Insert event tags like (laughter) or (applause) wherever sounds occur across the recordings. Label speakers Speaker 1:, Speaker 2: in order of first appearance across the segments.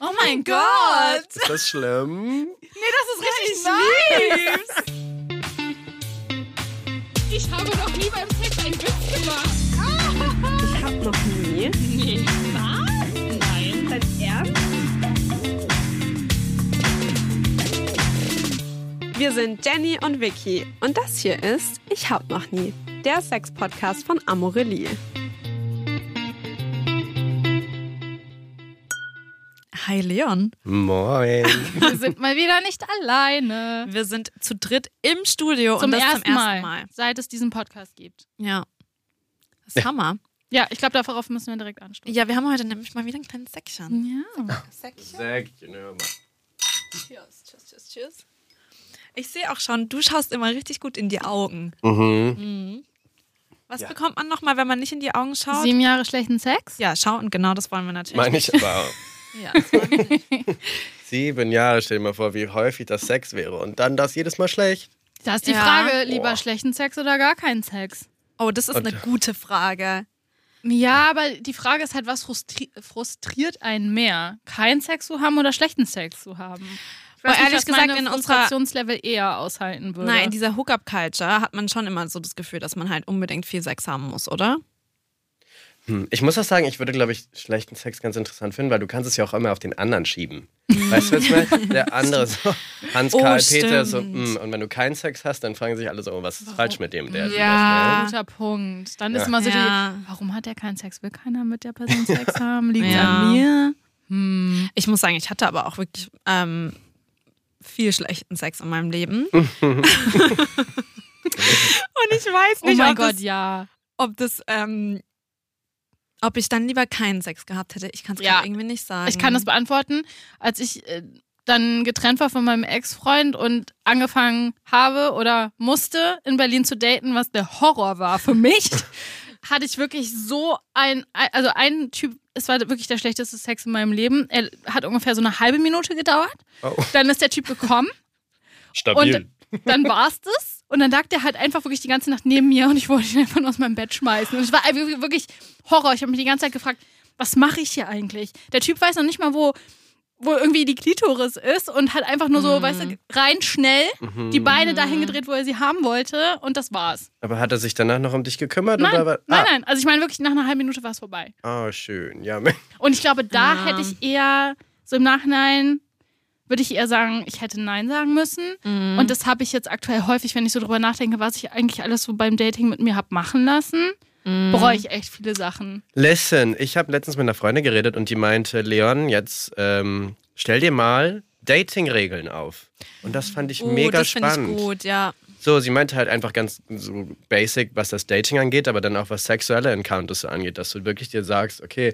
Speaker 1: Oh mein Gott.
Speaker 2: Ist das schlimm?
Speaker 1: Nee, das ist richtig nice.
Speaker 3: Ich habe noch nie beim Sex einen Witz gemacht.
Speaker 4: Ich hab noch nie.
Speaker 3: Nee. Was? Nein.
Speaker 4: Dein Ernst? Wir sind Jenny und Vicky und das hier ist Ich hab noch nie, der Sex-Podcast von Amorelie.
Speaker 5: Hi Leon.
Speaker 2: Moin.
Speaker 1: Wir sind mal wieder nicht alleine.
Speaker 5: Wir sind zu dritt im Studio
Speaker 1: Zum,
Speaker 5: und das
Speaker 1: ersten,
Speaker 5: zum
Speaker 1: mal,
Speaker 5: ersten Mal.
Speaker 1: seit es diesen Podcast gibt.
Speaker 5: Ja. Das ist Hammer.
Speaker 1: Ja, ich glaube, darauf müssen wir direkt anstoßen.
Speaker 5: Ja, wir haben heute nämlich mal wieder ein kleines Säckchen.
Speaker 1: Ja.
Speaker 2: Säckchen, hör mal.
Speaker 5: Cheers, cheers, cheers, cheers. Ich sehe auch schon, du schaust immer richtig gut in die Augen.
Speaker 2: Mhm.
Speaker 5: Was
Speaker 2: Ja.
Speaker 5: bekommt man nochmal, wenn man nicht in die Augen schaut?
Speaker 1: Sieben Jahre schlechten Sex?
Speaker 5: ja, schauen, genau das wollen wir natürlich.
Speaker 2: Meine ich aber auch.
Speaker 5: Ja, das wollen wir nicht.
Speaker 2: Sieben Jahre, stell dir mal vor, wie häufig das Sex wäre. Und dann das jedes Mal schlecht.
Speaker 1: Das ist die
Speaker 5: Ja.
Speaker 1: Frage, lieber
Speaker 2: Boah.
Speaker 1: schlechten Sex oder gar keinen Sex?
Speaker 5: oh, das ist
Speaker 2: Und-
Speaker 5: eine gute Frage.
Speaker 1: Ja, aber die Frage ist halt, was frustri frustriert einen mehr? Keinen Sex zu haben oder schlechten Sex zu haben? Ich
Speaker 5: Boah, ehrlich
Speaker 1: was
Speaker 5: gesagt,
Speaker 1: meine
Speaker 5: in unserer-
Speaker 1: Frustrationslevel eher aushalten würde.
Speaker 5: Nein, in dieser Hookup-Culture hat man schon immer so das Gefühl, dass man halt unbedingt viel Sex haben muss, oder?
Speaker 2: Hm, Ich muss auch sagen, ich würde, glaube ich, schlechten Sex ganz interessant finden, weil du kannst es ja auch immer auf den anderen schieben. Weißt du, was ich meine? Der andere, so
Speaker 5: Oh,
Speaker 2: Hans-Karl
Speaker 5: stimmt.
Speaker 2: Peter, so, mm. und wenn du keinen Sex hast, dann fragen sich alle so, oh, was ist falsch mit dem? Der ist
Speaker 1: ja,
Speaker 2: das, ne?
Speaker 1: guter Punkt. Dann
Speaker 2: Ja.
Speaker 1: ist immer so
Speaker 5: Ja.
Speaker 1: die, warum hat er keinen Sex? Will keiner mit der Person Sex haben? Liegt
Speaker 5: Ja.
Speaker 1: an mir? Hm.
Speaker 5: Ich muss sagen, ich hatte aber auch wirklich ähm, viel schlechten Sex in meinem Leben. (laughs) Und ich weiß
Speaker 1: Oh
Speaker 5: nicht,
Speaker 1: mein
Speaker 5: ob,
Speaker 1: Gott,
Speaker 5: das,
Speaker 1: ja.
Speaker 5: ob das, ähm, ob ich dann lieber keinen Sex gehabt hätte. Ich kann es
Speaker 1: Ja.
Speaker 5: irgendwie nicht sagen.
Speaker 1: Ich kann das beantworten. Als ich äh, dann getrennt war von meinem Ex-Freund und angefangen habe oder musste, in Berlin zu daten, was der Horror war für mich, hatte ich wirklich so ein, also ein Typ, es war wirklich der schlechteste Sex in meinem Leben. Er hat ungefähr so eine halbe Minute gedauert.
Speaker 2: Oh,
Speaker 1: Dann ist der Typ gekommen
Speaker 2: stabil.
Speaker 1: und dann war's das. Und dann lag der halt einfach wirklich die ganze Nacht neben mir und ich wollte ihn einfach nur aus meinem Bett schmeißen. Und es war wirklich wirklich Horror. Ich habe mich die ganze Zeit gefragt, was mache ich hier eigentlich? Der Typ weiß noch nicht mal, wo, wo irgendwie die Klitoris ist und hat einfach nur so, weißt du, rein schnell die Beine dahin gedreht, wo er sie haben wollte. Und das war's.
Speaker 2: Aber hat er sich danach noch um dich gekümmert?
Speaker 1: Nein,
Speaker 2: oder was?
Speaker 1: nein, nein. Also ich meine wirklich, nach einer halben Minute war's vorbei.
Speaker 2: Ah, oh, schön. Ja,
Speaker 1: Und ich glaube, da
Speaker 5: Ja.
Speaker 1: hätte ich eher so im Nachhinein würde ich eher sagen, ich hätte Nein sagen müssen.
Speaker 5: Mhm.
Speaker 1: Und das habe ich jetzt aktuell häufig, wenn ich so drüber nachdenke, was ich eigentlich alles so beim Dating mit mir habe machen lassen.
Speaker 5: Mhm.
Speaker 1: Bereue ich echt viele Sachen.
Speaker 2: Listen, ich habe letztens mit einer Freundin geredet und die meinte, Leon, jetzt ähm, stell dir mal Dating-Regeln auf. Und das fand ich
Speaker 5: oh,
Speaker 2: mega
Speaker 5: das finde
Speaker 2: spannend.
Speaker 5: Ich gut, ja.
Speaker 2: So, sie meinte halt einfach ganz so basic, was das Dating angeht, aber dann auch was sexuelle Encounters so angeht, dass du wirklich dir sagst, okay,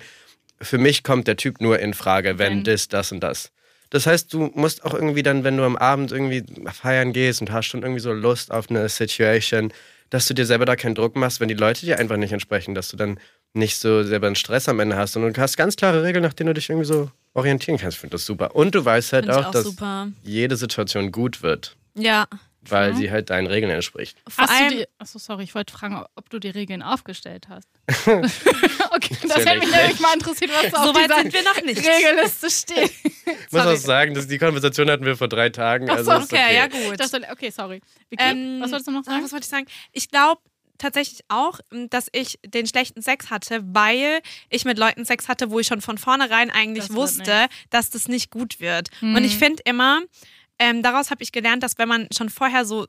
Speaker 2: für mich kommt der Typ nur in Frage, wenn
Speaker 1: Wenn.
Speaker 2: das, das und das. Das heißt, du musst auch irgendwie dann, wenn du am Abend irgendwie feiern gehst und hast schon irgendwie so Lust auf eine Situation, dass du dir selber da keinen Druck machst, wenn die Leute dir einfach nicht entsprechen, dass du dann nicht so selber einen Stress am Ende hast, sondern du hast ganz klare Regeln, nach denen du dich irgendwie so orientieren kannst. Ich finde das super. Und du weißt halt
Speaker 5: Finde ich
Speaker 2: auch,
Speaker 5: auch
Speaker 2: dass
Speaker 5: super.
Speaker 2: jede Situation gut wird,
Speaker 5: Ja.
Speaker 2: weil sie halt deinen Regeln entspricht.
Speaker 5: Vor
Speaker 1: hast du
Speaker 5: allem,
Speaker 1: die, achso, sorry, ich wollte fragen, ob du die Regeln aufgestellt
Speaker 5: (laughs)
Speaker 1: hast. okay, das hätte mich
Speaker 2: ja nicht
Speaker 1: nämlich
Speaker 2: schlecht.
Speaker 1: mal interessiert, was so
Speaker 5: so weit
Speaker 1: auf
Speaker 5: sind
Speaker 1: dieser
Speaker 5: wir noch
Speaker 1: (laughs)
Speaker 5: nicht. (laughs)
Speaker 1: Regelliste steht.
Speaker 2: Ich muss
Speaker 5: Sorry.
Speaker 2: auch sagen, dass die Konversation hatten wir vor drei Tagen.
Speaker 1: Ach
Speaker 2: Also
Speaker 1: so,
Speaker 2: ist
Speaker 5: Okay,
Speaker 2: okay.
Speaker 5: ja gut.
Speaker 1: Das soll, okay, sorry. Vicky,
Speaker 5: Ähm,
Speaker 1: was wolltest du noch
Speaker 5: Ah,
Speaker 1: sagen?
Speaker 5: was wollte ich sagen? Ich glaube tatsächlich auch, m, dass ich den schlechten Sex hatte, weil ich mit Leuten Sex hatte, wo ich schon von vornherein eigentlich
Speaker 1: Das Mhm. wird
Speaker 5: wusste, dass das nicht gut wird. Und ich finde immer, ähm, daraus habe ich gelernt, dass wenn man schon vorher so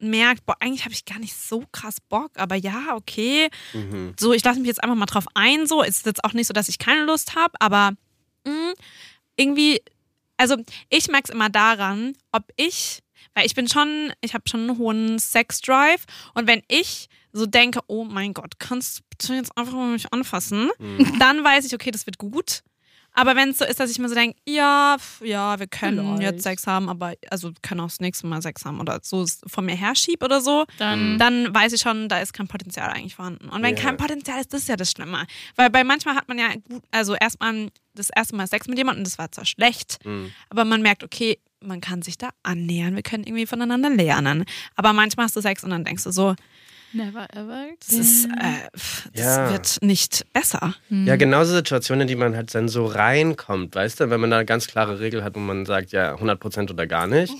Speaker 5: merkt, boah, eigentlich habe ich gar nicht so krass Bock, aber ja, okay,
Speaker 2: Hm. Mhm.
Speaker 5: so, ich lasse mich jetzt einfach mal drauf ein, so, es ist jetzt auch nicht so, dass ich keine Lust habe, aber mh, irgendwie, also ich merke es immer daran, ob ich, weil ich bin schon, ich habe schon einen hohen Sex-Drive und wenn ich so denke, oh mein Gott, kannst du jetzt einfach mal mich anfassen, dann weiß ich, okay, das wird gut. Aber wenn es so ist, dass ich mir so denke, ja, pf, ja, wir können
Speaker 1: Vielleicht.
Speaker 5: jetzt Sex haben, aber also können auch das nächste Mal Sex haben oder so es von mir herschieb oder so,
Speaker 1: Dann,
Speaker 5: dann weiß ich schon, da ist kein Potenzial eigentlich vorhanden. Und wenn
Speaker 2: Ja.
Speaker 5: kein Potenzial ist, das ist ja das Schlimme. Weil bei manchmal hat man ja gut, also erstmal das erste Mal Sex mit jemandem, das war zwar schlecht,
Speaker 2: Mhm.
Speaker 5: aber man merkt, okay, man kann sich da annähern, wir können irgendwie voneinander lernen. Aber manchmal hast du Sex und dann denkst du so,
Speaker 1: Never ever.
Speaker 5: Das, ist, äh, pff, das
Speaker 2: Ja.
Speaker 5: wird nicht besser.
Speaker 2: Ja, genauso Situationen, in die man halt dann so reinkommt, weißt du? Wenn man da eine ganz klare Regel hat, wo man sagt, ja, 100% oder gar nicht,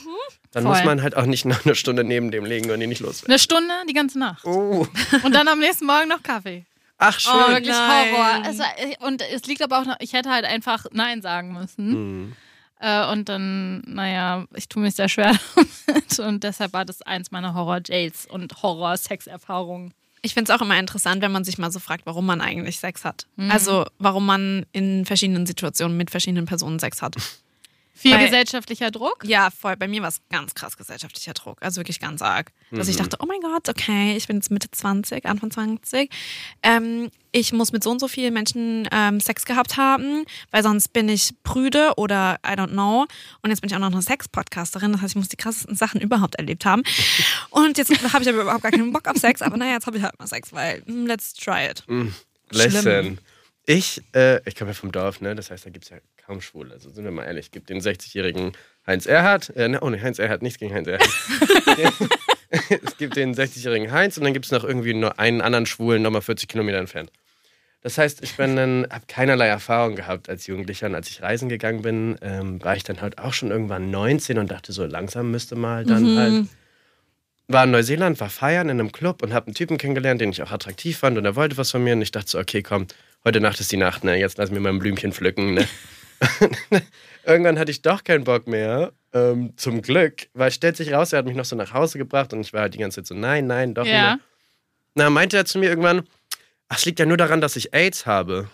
Speaker 2: dann
Speaker 1: Voll.
Speaker 2: muss man halt auch nicht noch eine Stunde neben dem liegen, wenn die nicht los will.
Speaker 1: Eine Stunde, die ganze Nacht.
Speaker 2: Oh.
Speaker 1: Und dann am nächsten Morgen noch Kaffee.
Speaker 2: Ach,
Speaker 1: Oh,
Speaker 2: schön.
Speaker 1: wirklich
Speaker 5: nein.
Speaker 1: Horror. Es war, äh, und es liegt aber auch noch, ich hätte halt einfach Nein sagen müssen.
Speaker 2: Mhm.
Speaker 1: Äh, und dann, naja, ich tue mich sehr schwer (laughs) damit. Und deshalb war das eins meiner Horror-Jails und Horror-Sex-Erfahrungen.
Speaker 5: Ich finde es auch immer interessant, wenn man sich mal so fragt, warum man eigentlich Sex hat. Also warum man in verschiedenen Situationen mit verschiedenen Personen Sex hat.
Speaker 1: Viel
Speaker 5: Weil-
Speaker 1: gesellschaftlicher Druck.
Speaker 5: Ja, voll. Bei mir war es ganz krass gesellschaftlicher Druck. Also wirklich ganz arg. Dass ich dachte, oh mein Gott, okay, ich bin jetzt Mitte 20, Anfang 20. Ähm, ich muss mit so und so vielen Menschen ähm, Sex gehabt haben, weil sonst bin ich prüde oder I don't know. Und jetzt bin ich auch noch eine Sex-Podcasterin. Das heißt, ich muss die krassesten Sachen überhaupt erlebt haben. Und jetzt habe ich aber überhaupt gar keinen Bock auf Sex. Aber naja, jetzt habe ich halt mal Sex, weil mm, let's try it.
Speaker 2: Listen. Ich, äh, ich komme ja vom Dorf, ne? Das heißt, da gibt es ja kaum Schwule. Also sind wir mal ehrlich, gibt den 60-jährigen Heinz Erhardt. Äh, ne, oh ne, Heinz Erhardt, nichts gegen Heinz Erhardt. (laughs) es gibt den 60-jährigen Heinz und dann gibt es noch irgendwie nur einen anderen Schwulen, nochmal 40 Kilometer entfernt. Das heißt, ich bin dann, habe keinerlei Erfahrung gehabt als Jugendlicher und als ich reisen gegangen bin, ähm, war ich dann halt auch schon irgendwann 19 und dachte so, langsam müsste mal dann halt war in Neuseeland, war feiern in einem Club und habe einen Typen kennengelernt, den ich auch attraktiv fand und er wollte was von mir und ich dachte so, okay, komm, heute Nacht ist die Nacht, ne? Jetzt lass mir mein Blümchen pflücken, ne? (laughs) Irgendwann hatte ich doch keinen Bock mehr, ähm, zum Glück, weil stellt sich raus, er hat mich noch so nach Hause gebracht und ich war halt die ganze Zeit so, nein, nein, doch nicht.
Speaker 1: Ja.
Speaker 2: mehr. Na, meinte er zu mir irgendwann, ach, es liegt ja nur daran, dass ich AIDS habe.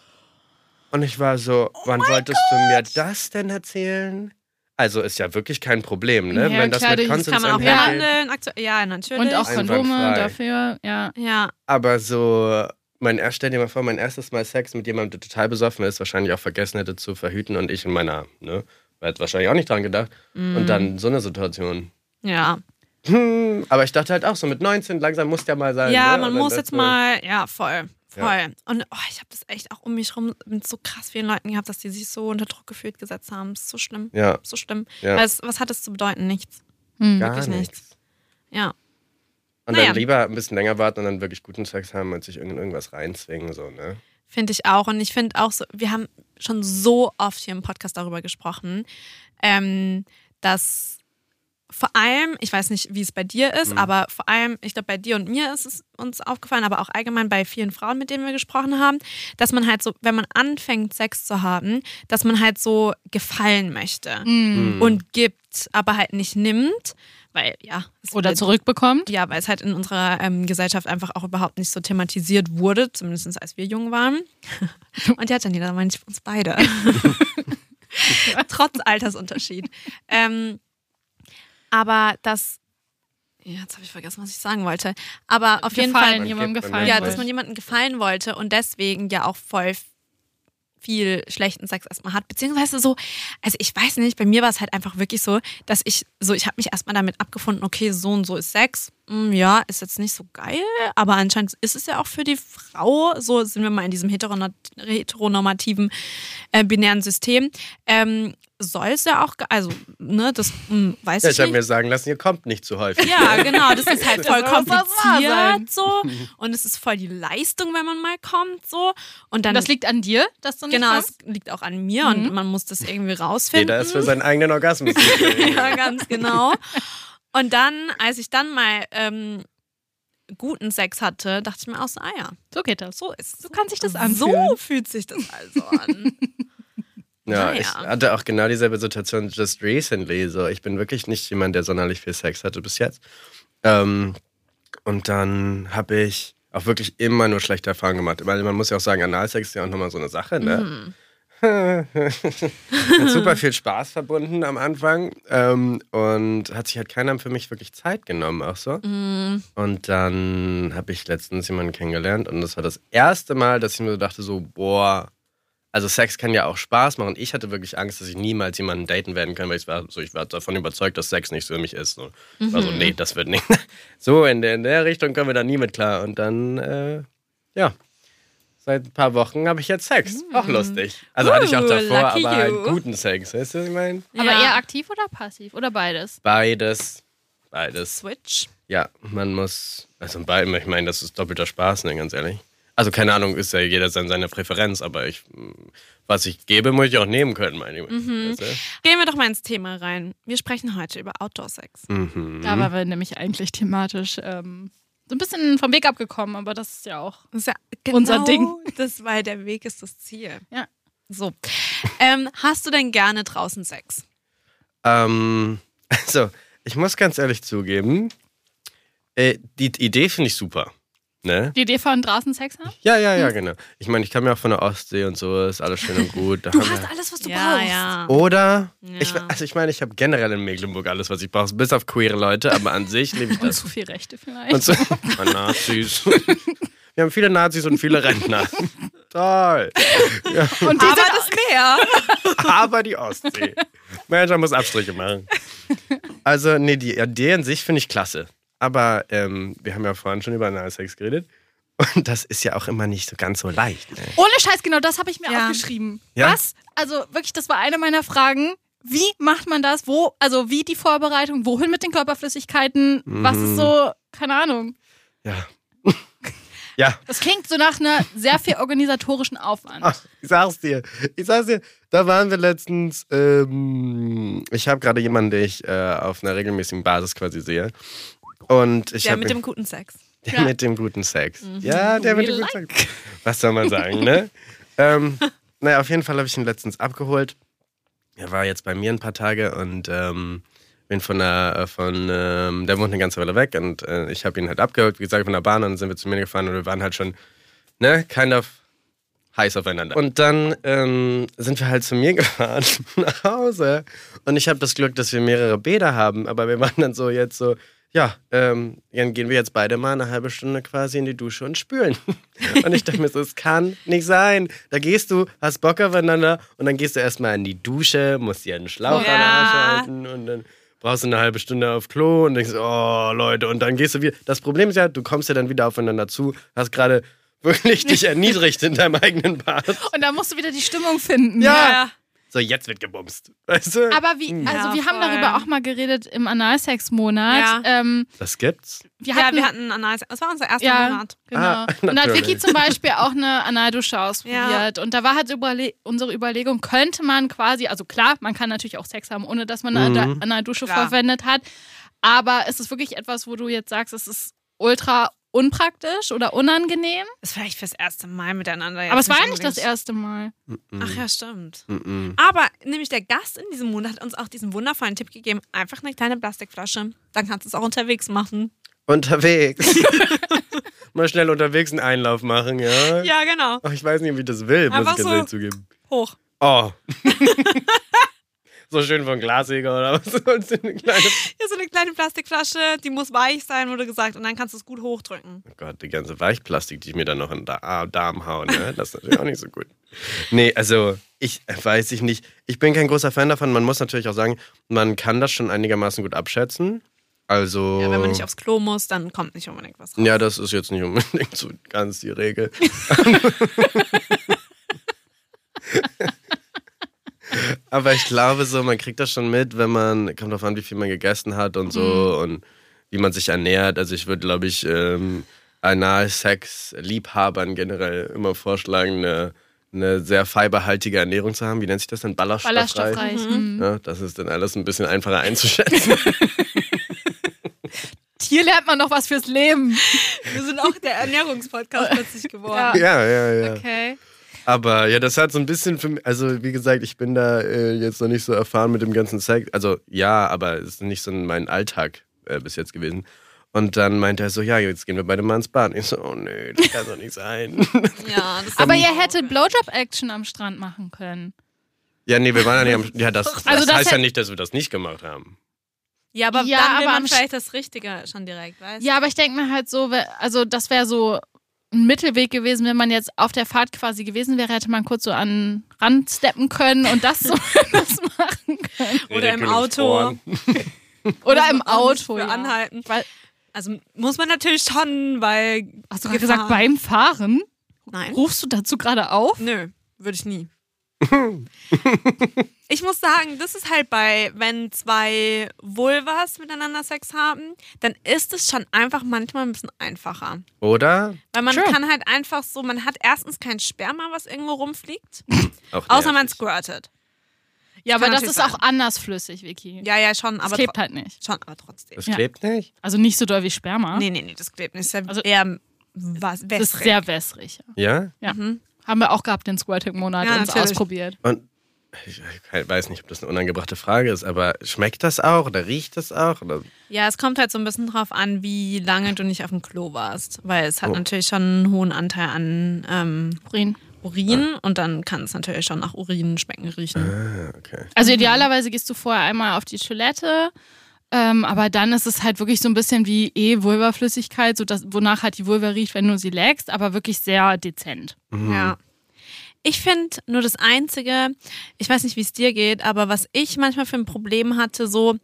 Speaker 2: Und ich war so, wann wolltest du mir das denn erzählen? Also ist ja wirklich kein Problem, ne?
Speaker 1: Ja,
Speaker 2: Wenn das
Speaker 1: klar,
Speaker 2: mit
Speaker 1: das kann
Speaker 2: Konsens
Speaker 5: Kann man auch ne?
Speaker 2: einhergeht.
Speaker 5: behandeln. Aktu- Ja, natürlich.
Speaker 1: Und auch
Speaker 2: Einwandfrei.
Speaker 1: Kondome dafür, ja.
Speaker 5: Ja,
Speaker 2: Aber so, mein, erst- stell dir mal vor, mein erstes Mal Sex mit jemandem, der total besoffen ist, wahrscheinlich auch vergessen hätte zu verhüten und ich in meinen Arm. Ne? Wer hat wahrscheinlich auch nicht dran gedacht. Und
Speaker 5: Mm.
Speaker 2: dann so eine Situation.
Speaker 5: ja.
Speaker 2: Hm, aber ich dachte halt auch so, mit 19 langsam muss ja mal sein.
Speaker 5: Ja,
Speaker 2: ne?
Speaker 5: man
Speaker 2: Und dann
Speaker 5: muss
Speaker 2: das
Speaker 5: jetzt mal, ja, voll. Voll.
Speaker 2: Ja.
Speaker 5: Und oh, ich habe das echt auch um mich rum mit so krass vielen Leuten gehabt, dass die sich so unter Druck gefühlt gesetzt haben. Ist so schlimm.
Speaker 2: Ja.
Speaker 5: So schlimm.
Speaker 2: Ja.
Speaker 5: Weil es, was hat es zu bedeuten? Nichts.
Speaker 1: Hm.
Speaker 2: Gar
Speaker 5: Also, wirklich
Speaker 2: nichts.
Speaker 5: Ja.
Speaker 2: Und
Speaker 5: Naja.
Speaker 2: dann lieber ein bisschen länger warten und dann wirklich guten Sex haben, als sich irgend- irgendwas reinzwingen. So, ne?
Speaker 5: Finde ich auch. Und ich finde auch so, wir haben schon so oft hier im Podcast darüber gesprochen, ähm, dass vor allem, ich weiß nicht, wie es bei dir ist, aber vor allem, ich glaube, bei dir und mir ist es uns aufgefallen, aber auch allgemein bei vielen Frauen, mit denen wir gesprochen haben, dass man halt so, wenn man anfängt, Sex zu haben, dass man halt so gefallen möchte und gibt, aber halt nicht nimmt, weil ja. es
Speaker 1: Oder
Speaker 5: wird-
Speaker 1: zurückbekommt.
Speaker 5: ja, weil es halt in unserer ähm, Gesellschaft einfach auch überhaupt nicht so thematisiert wurde, zumindest als wir jung waren. Und ja, Janina, da meine ich uns beide. (laughs) Trotz Altersunterschied. ähm, aber das. Ja, jetzt habe ich vergessen, was ich sagen wollte. Aber auf jeden Fall.
Speaker 1: gefallen,
Speaker 2: Man
Speaker 1: jemandem
Speaker 2: gibt- man
Speaker 1: gefallen.
Speaker 2: gibt
Speaker 5: Ja,
Speaker 2: Weiß.
Speaker 5: dass man jemandem gefallen wollte und deswegen ja auch voll f- viel schlechten Sex erstmal hat. Beziehungsweise so, also ich weiß nicht, bei mir war es halt einfach wirklich so, dass ich so, ich habe mich erstmal damit abgefunden, okay, so und so ist Sex. Hm, ja, ist jetzt nicht so geil, aber anscheinend ist es ja auch für die Frau, so sind wir mal in diesem heteronat- heteronormativen äh, binären System. Ähm, soll es ja auch, ge- also, ne, das hm, weiß
Speaker 2: Ja,
Speaker 5: ich
Speaker 2: ich habe
Speaker 5: nicht.
Speaker 2: mir sagen lassen, ihr kommt nicht
Speaker 5: (laughs)
Speaker 2: zu häufig.
Speaker 5: Ja, genau. Das ist halt voll
Speaker 1: soll auch was wahr sein.
Speaker 5: kompliziert so. Und es ist voll die Leistung, wenn man mal kommt so. Und dann
Speaker 1: Das liegt an ne? Mhm. dir, dass du nicht
Speaker 5: genau,
Speaker 1: kommst?
Speaker 5: es liegt auch an mir und man muss das irgendwie rausfinden.
Speaker 2: Jeder ist für seinen eigenen Orgasmus.
Speaker 5: (laughs)
Speaker 2: zuständig.
Speaker 5: ja, ganz genau. Und dann, als ich dann mal ähm, guten Sex hatte, dachte ich mir auch so, ah ja,
Speaker 1: So geht das.
Speaker 5: so ist
Speaker 1: So kann sich das
Speaker 5: So
Speaker 1: anfühlen.
Speaker 5: fühlt sich das
Speaker 1: (laughs)
Speaker 5: also an.
Speaker 2: Ja,
Speaker 5: Naja.
Speaker 2: ich hatte auch genau dieselbe Situation just recently. So, ich bin wirklich nicht jemand, der sonderlich viel Sex hatte bis jetzt. Ähm, und dann habe ich auch wirklich immer nur schlechte Erfahrungen gemacht. Weil man muss ja auch sagen, Analsex ist ja auch nochmal so eine Sache, ne? Mit super viel Spaß verbunden am Anfang. Ähm, und hat sich halt keiner für mich wirklich Zeit genommen, auch so. Und dann habe ich letztens jemanden kennengelernt und das war das erste Mal, dass ich mir so dachte, so, boah, also Sex kann ja auch Spaß machen. Ich hatte wirklich Angst, dass ich niemals jemanden daten werden kann, weil ich war so, ich war davon überzeugt, dass Sex nichts für mich ist. So. Ich war so,
Speaker 5: Mhm.
Speaker 2: nee, das wird nicht. (laughs) So, in der, in der Richtung kommen wir da nie mit klar. Und dann, äh, ja. Seit ein paar Wochen habe ich jetzt Sex. Auch lustig. Also hatte ich auch
Speaker 5: Uh,
Speaker 2: davor, aber
Speaker 5: Mhm. lucky you.
Speaker 2: halt guten Sex. Weißt du, was ich meine?
Speaker 1: Aber
Speaker 5: Ja.
Speaker 1: eher aktiv oder passiv? Oder beides?
Speaker 2: Beides. Beides.
Speaker 5: Switch.
Speaker 2: Ja, man muss, also bei allem, ich meine, das ist doppelter Spaß, ne, ganz ehrlich. Also keine Ahnung, ist ja jeder sein, seine Präferenz, aber ich, mm, was ich gebe, muss ich auch nehmen können, meine ich. Weißt du?
Speaker 5: Gehen wir doch mal ins Thema rein. Wir sprechen heute über Outdoor-Sex.
Speaker 2: Mhm.
Speaker 1: Da waren wir nämlich eigentlich thematisch ähm, so ein bisschen vom Weg abgekommen, aber das ist ja auch.
Speaker 5: Das ist ja
Speaker 1: Unser Ding.
Speaker 5: genau, (laughs) Das, weil der Weg ist das Ziel.
Speaker 1: Ja.
Speaker 5: So. Ähm, hast du denn gerne draußen Sex?
Speaker 2: Ähm, (laughs) also, ich muss ganz ehrlich zugeben, äh, die Idee finde ich super. Ne?
Speaker 1: Die Idee von Straßensex haben?
Speaker 2: Ja, ja, ja, genau. Ich meine, ich komme ja auch von der Ostsee und so, ist alles schön und gut. Da
Speaker 1: Du
Speaker 2: haben
Speaker 1: hast
Speaker 2: wir-
Speaker 1: alles, was du
Speaker 5: ja,
Speaker 1: brauchst.
Speaker 5: ja.
Speaker 2: Oh. Oder?
Speaker 5: Ja.
Speaker 2: Ich, also ich meine, ich habe generell in Mecklenburg alles, was ich brauche, bis auf queere Leute, aber an sich
Speaker 1: (laughs)
Speaker 2: lebe ich
Speaker 1: Und
Speaker 2: das.
Speaker 1: zu viel Rechte vielleicht.
Speaker 2: Und so, Ah, Nazis. (laughs) Wir haben viele Nazis und viele Rentner. Toll.
Speaker 1: Und die
Speaker 5: Aber
Speaker 1: sind
Speaker 5: das Meer.
Speaker 2: Aber die Ostsee. Manager muss Abstriche machen. Also, nee, die Idee an sich finde ich klasse. Aber ähm, wir haben ja vorhin schon über Nahsex geredet. Und das ist ja auch immer nicht so ganz so leicht. Ne?
Speaker 1: Ohne Scheiß, genau das habe ich mir
Speaker 5: Ja.
Speaker 1: aufgeschrieben.
Speaker 2: Ja?
Speaker 1: Was? Also wirklich, das war eine meiner Fragen. Wie macht man das? Wo, also wie die Vorbereitung? Wohin mit den Körperflüssigkeiten? Was
Speaker 2: Mhm.
Speaker 1: ist so, keine Ahnung.
Speaker 2: Ja. (laughs) ja.
Speaker 1: Das klingt so nach einer sehr viel organisatorischen Aufwand.
Speaker 2: Ach, ich sag's dir. Ich sag's dir. Da waren wir letztens. Ähm, ich habe gerade jemanden, den ich äh, auf einer regelmäßigen Basis quasi sehe. Und ich
Speaker 5: Ja,
Speaker 2: habe
Speaker 5: mit dem guten Sex.
Speaker 2: Der
Speaker 1: Ja.
Speaker 2: mit dem guten Sex. Ja, der mit
Speaker 1: We
Speaker 2: dem guten Sex. (laughs) Was soll man sagen, ne? ähm, naja, auf jeden Fall habe ich ihn letztens abgeholt. Er war jetzt bei mir ein paar Tage und ähm, bin von der, äh, von, ähm, der wohnt eine ganze Weile weg und äh, ich habe ihn halt abgeholt, wie gesagt, von der Bahn und dann sind wir zu mir gefahren und wir waren halt schon, ne, kind of heiß aufeinander. Und dann ähm, sind wir halt zu mir (laughs) gefahren nach Hause und ich habe das Glück, dass wir mehrere Bäder haben, aber wir waren dann so jetzt so, ja, ähm, dann gehen wir jetzt beide mal eine halbe Stunde quasi in die Dusche und spülen. Und ich dachte mir so, es kann nicht sein. Da gehst du, hast Bock aufeinander und dann gehst du erstmal in die Dusche, musst dir einen Schlauch an den Arsch
Speaker 5: Ja.
Speaker 2: halten und dann brauchst du eine halbe Stunde auf Klo und denkst, oh Leute, und dann gehst du wieder. Das Problem ist ja, du kommst ja dann wieder aufeinander zu, hast gerade (laughs) wirklich dich erniedrigt in deinem eigenen Bad.
Speaker 1: Und da musst du wieder die Stimmung finden.
Speaker 2: Ja. Mhm. So, jetzt wird gebumst. Weißt du?
Speaker 1: Aber wie, also
Speaker 5: Ja,
Speaker 1: wir haben
Speaker 5: voll.
Speaker 1: darüber auch mal geredet im Analsex-Monat.
Speaker 5: Ja.
Speaker 1: Ähm,
Speaker 2: das gibt's.
Speaker 1: wir
Speaker 5: ja,
Speaker 1: hatten,
Speaker 5: wir hatten Anal. Das war unser erster
Speaker 1: Ja.
Speaker 5: Monat.
Speaker 1: Genau.
Speaker 2: Ah,
Speaker 1: und da hat
Speaker 2: natürlich.
Speaker 1: Vicky zum Beispiel auch eine Analdusche ausprobiert. Und da war halt überle unsere Überlegung, könnte man quasi, also klar, man kann natürlich auch Sex haben, ohne dass man eine
Speaker 2: Mhm.
Speaker 1: Ana- Analdusche
Speaker 5: Klar.
Speaker 1: verwendet hat. Aber ist es wirklich etwas, wo du jetzt sagst, es ist ultra unpraktisch oder unangenehm?
Speaker 5: Das ist vielleicht fürs erste Mal miteinander. jetzt
Speaker 1: Aber es war ja
Speaker 5: unbedingt-
Speaker 1: nicht das erste Mal.
Speaker 5: Ach ja, stimmt.
Speaker 2: Mhm.
Speaker 5: Aber nämlich der Gast in diesem Monat hat uns auch diesen wundervollen Tipp gegeben: einfach eine kleine Plastikflasche. Dann kannst du es auch unterwegs machen.
Speaker 2: Unterwegs. (laughs) Mal schnell unterwegs einen Einlauf machen, ja?
Speaker 5: Ja, genau.
Speaker 2: Ach, ich weiß nicht, wie ich das will, muss
Speaker 5: Einfach
Speaker 2: ich ganz ehrlich
Speaker 5: so.
Speaker 2: zugeben.
Speaker 5: Hoch.
Speaker 2: Oh. so schön von Glasjäger oder was? (laughs) Und so eine kleine
Speaker 5: Hier so eine kleine Plastikflasche, die muss weich sein, wurde gesagt. Und dann kannst du es gut hochdrücken.
Speaker 2: Oh Gott, die ganze Weichplastik, die ich mir dann noch in den Da- Darm hau, ne? Das ist natürlich auch nicht so gut. Nee, also ich weiß ich nicht. Ich bin kein großer Fan davon. Man muss natürlich auch sagen, man kann das schon einigermaßen gut abschätzen. Also.
Speaker 5: Ja, wenn man nicht aufs Klo muss, dann kommt nicht unbedingt was raus.
Speaker 2: Ja, das ist jetzt nicht unbedingt so ganz die Regel. Aber ich glaube so, man kriegt das schon mit, wenn man, kommt drauf an, wie viel man gegessen hat und so und wie man sich ernährt. Also ich würde, glaube ich, ähm, Analsex-Liebhabern generell immer vorschlagen, eine, eine sehr fiberhaltige Ernährung zu haben. Wie nennt sich das denn? Ballaststoffreich.
Speaker 1: Ballaststoffreich. Mhm.
Speaker 2: Ja, das ist dann alles ein bisschen einfacher einzuschätzen.
Speaker 1: Hier lernt man noch was fürs Leben.
Speaker 5: Wir sind auch der (laughs) Ernährungspodcast plötzlich geworden.
Speaker 2: ja, ja, ja.
Speaker 5: Okay.
Speaker 2: Aber ja, das hat so ein bisschen für mich, also wie gesagt, ich bin da äh, jetzt noch nicht so erfahren mit dem ganzen Sex. Also ja, aber es ist nicht so mein Alltag äh, bis jetzt gewesen. Und dann meinte er so, ja, jetzt gehen wir beide mal ins Bad. Und ich so, oh nö, das kann doch
Speaker 1: (laughs)
Speaker 2: nicht sein.
Speaker 5: Ja, das
Speaker 1: Aber ihr hättet Blowjob-Action am Strand machen können.
Speaker 2: ja, nee, wir waren ja nicht am, ja, das, das,
Speaker 1: Also das
Speaker 2: heißt ja
Speaker 1: hätt-
Speaker 2: nicht, dass wir das nicht gemacht haben.
Speaker 5: Ja, aber
Speaker 1: Ja,
Speaker 5: dann will
Speaker 1: aber
Speaker 5: man
Speaker 1: am
Speaker 5: vielleicht das Richtige schon direkt, weißt du?
Speaker 1: Ja, aber ich denke mir halt so, we- also das wäre so ein Mittelweg gewesen, wenn man jetzt auf der Fahrt quasi gewesen wäre, hätte man kurz so an ransteppen können und das
Speaker 5: (laughs)
Speaker 1: so das machen können.
Speaker 5: Oder im Auto.
Speaker 1: Oder im
Speaker 5: Muss man uns
Speaker 1: Auto.
Speaker 5: für
Speaker 1: Ja.
Speaker 5: anhalten.
Speaker 1: Weil,
Speaker 5: Also muss man natürlich schon, weil.
Speaker 1: hast du
Speaker 5: Gefahr-
Speaker 1: gerade gesagt, beim Fahren?
Speaker 5: Nein.
Speaker 1: Rufst du dazu gerade auf?
Speaker 5: Nö, würde ich nie. Ich muss sagen, das ist halt bei, wenn zwei Vulvas miteinander Sex haben, dann ist es schon einfach manchmal ein bisschen einfacher.
Speaker 2: Oder?
Speaker 5: Weil man
Speaker 1: True.
Speaker 5: kann halt einfach so, man hat erstens kein Sperma, was irgendwo rumfliegt,
Speaker 2: Auch
Speaker 5: außer man
Speaker 2: nervig.
Speaker 5: squirtet.
Speaker 1: Ja, aber
Speaker 5: Kann
Speaker 1: das
Speaker 5: natürlich
Speaker 1: ist
Speaker 5: sein.
Speaker 1: auch anders flüssig, Vicky.
Speaker 5: Ja, ja, schon,
Speaker 1: das
Speaker 5: aber,
Speaker 1: klebt
Speaker 5: tro-
Speaker 1: halt nicht.
Speaker 5: schon, aber trotzdem.
Speaker 2: Das
Speaker 1: Ja.
Speaker 2: klebt nicht?
Speaker 1: Also nicht so doll wie Sperma.
Speaker 5: Nee, nee, nee, das klebt nicht. Das ist ja
Speaker 1: Also-
Speaker 5: eher
Speaker 1: das
Speaker 5: was,
Speaker 1: ist
Speaker 5: wässrig. Mhm.
Speaker 1: sehr wässrig. ja.
Speaker 2: Ja?
Speaker 1: Ja. Haben wir auch gehabt den Squirting-Monat
Speaker 5: Ja,
Speaker 1: uns
Speaker 5: natürlich.
Speaker 1: ausprobiert.
Speaker 2: Und ich ich weiß nicht, ob das eine unangebrachte Frage ist, aber schmeckt das auch oder riecht das
Speaker 1: (laughs)
Speaker 2: auch? Oder
Speaker 5: Ja, es kommt halt so ein bisschen drauf an, wie lange du nicht auf dem Klo warst. Weil es hat
Speaker 1: Oh.
Speaker 5: natürlich schon einen hohen Anteil an ähm,
Speaker 1: Urin.
Speaker 5: Urin und dann kann es natürlich schon nach Urin schmecken, riechen.
Speaker 2: Ah, okay.
Speaker 1: Also idealerweise gehst du vorher einmal auf die Toilette, ähm, aber dann ist es halt wirklich so ein bisschen wie eh Vulva-Flüssigkeit, so dass, wonach halt die Vulva riecht, wenn du sie leckst, aber wirklich sehr dezent.
Speaker 5: Ja. Ich finde nur das Einzige, ich weiß nicht, wie es dir geht, aber was ich manchmal für ein Problem hatte, so,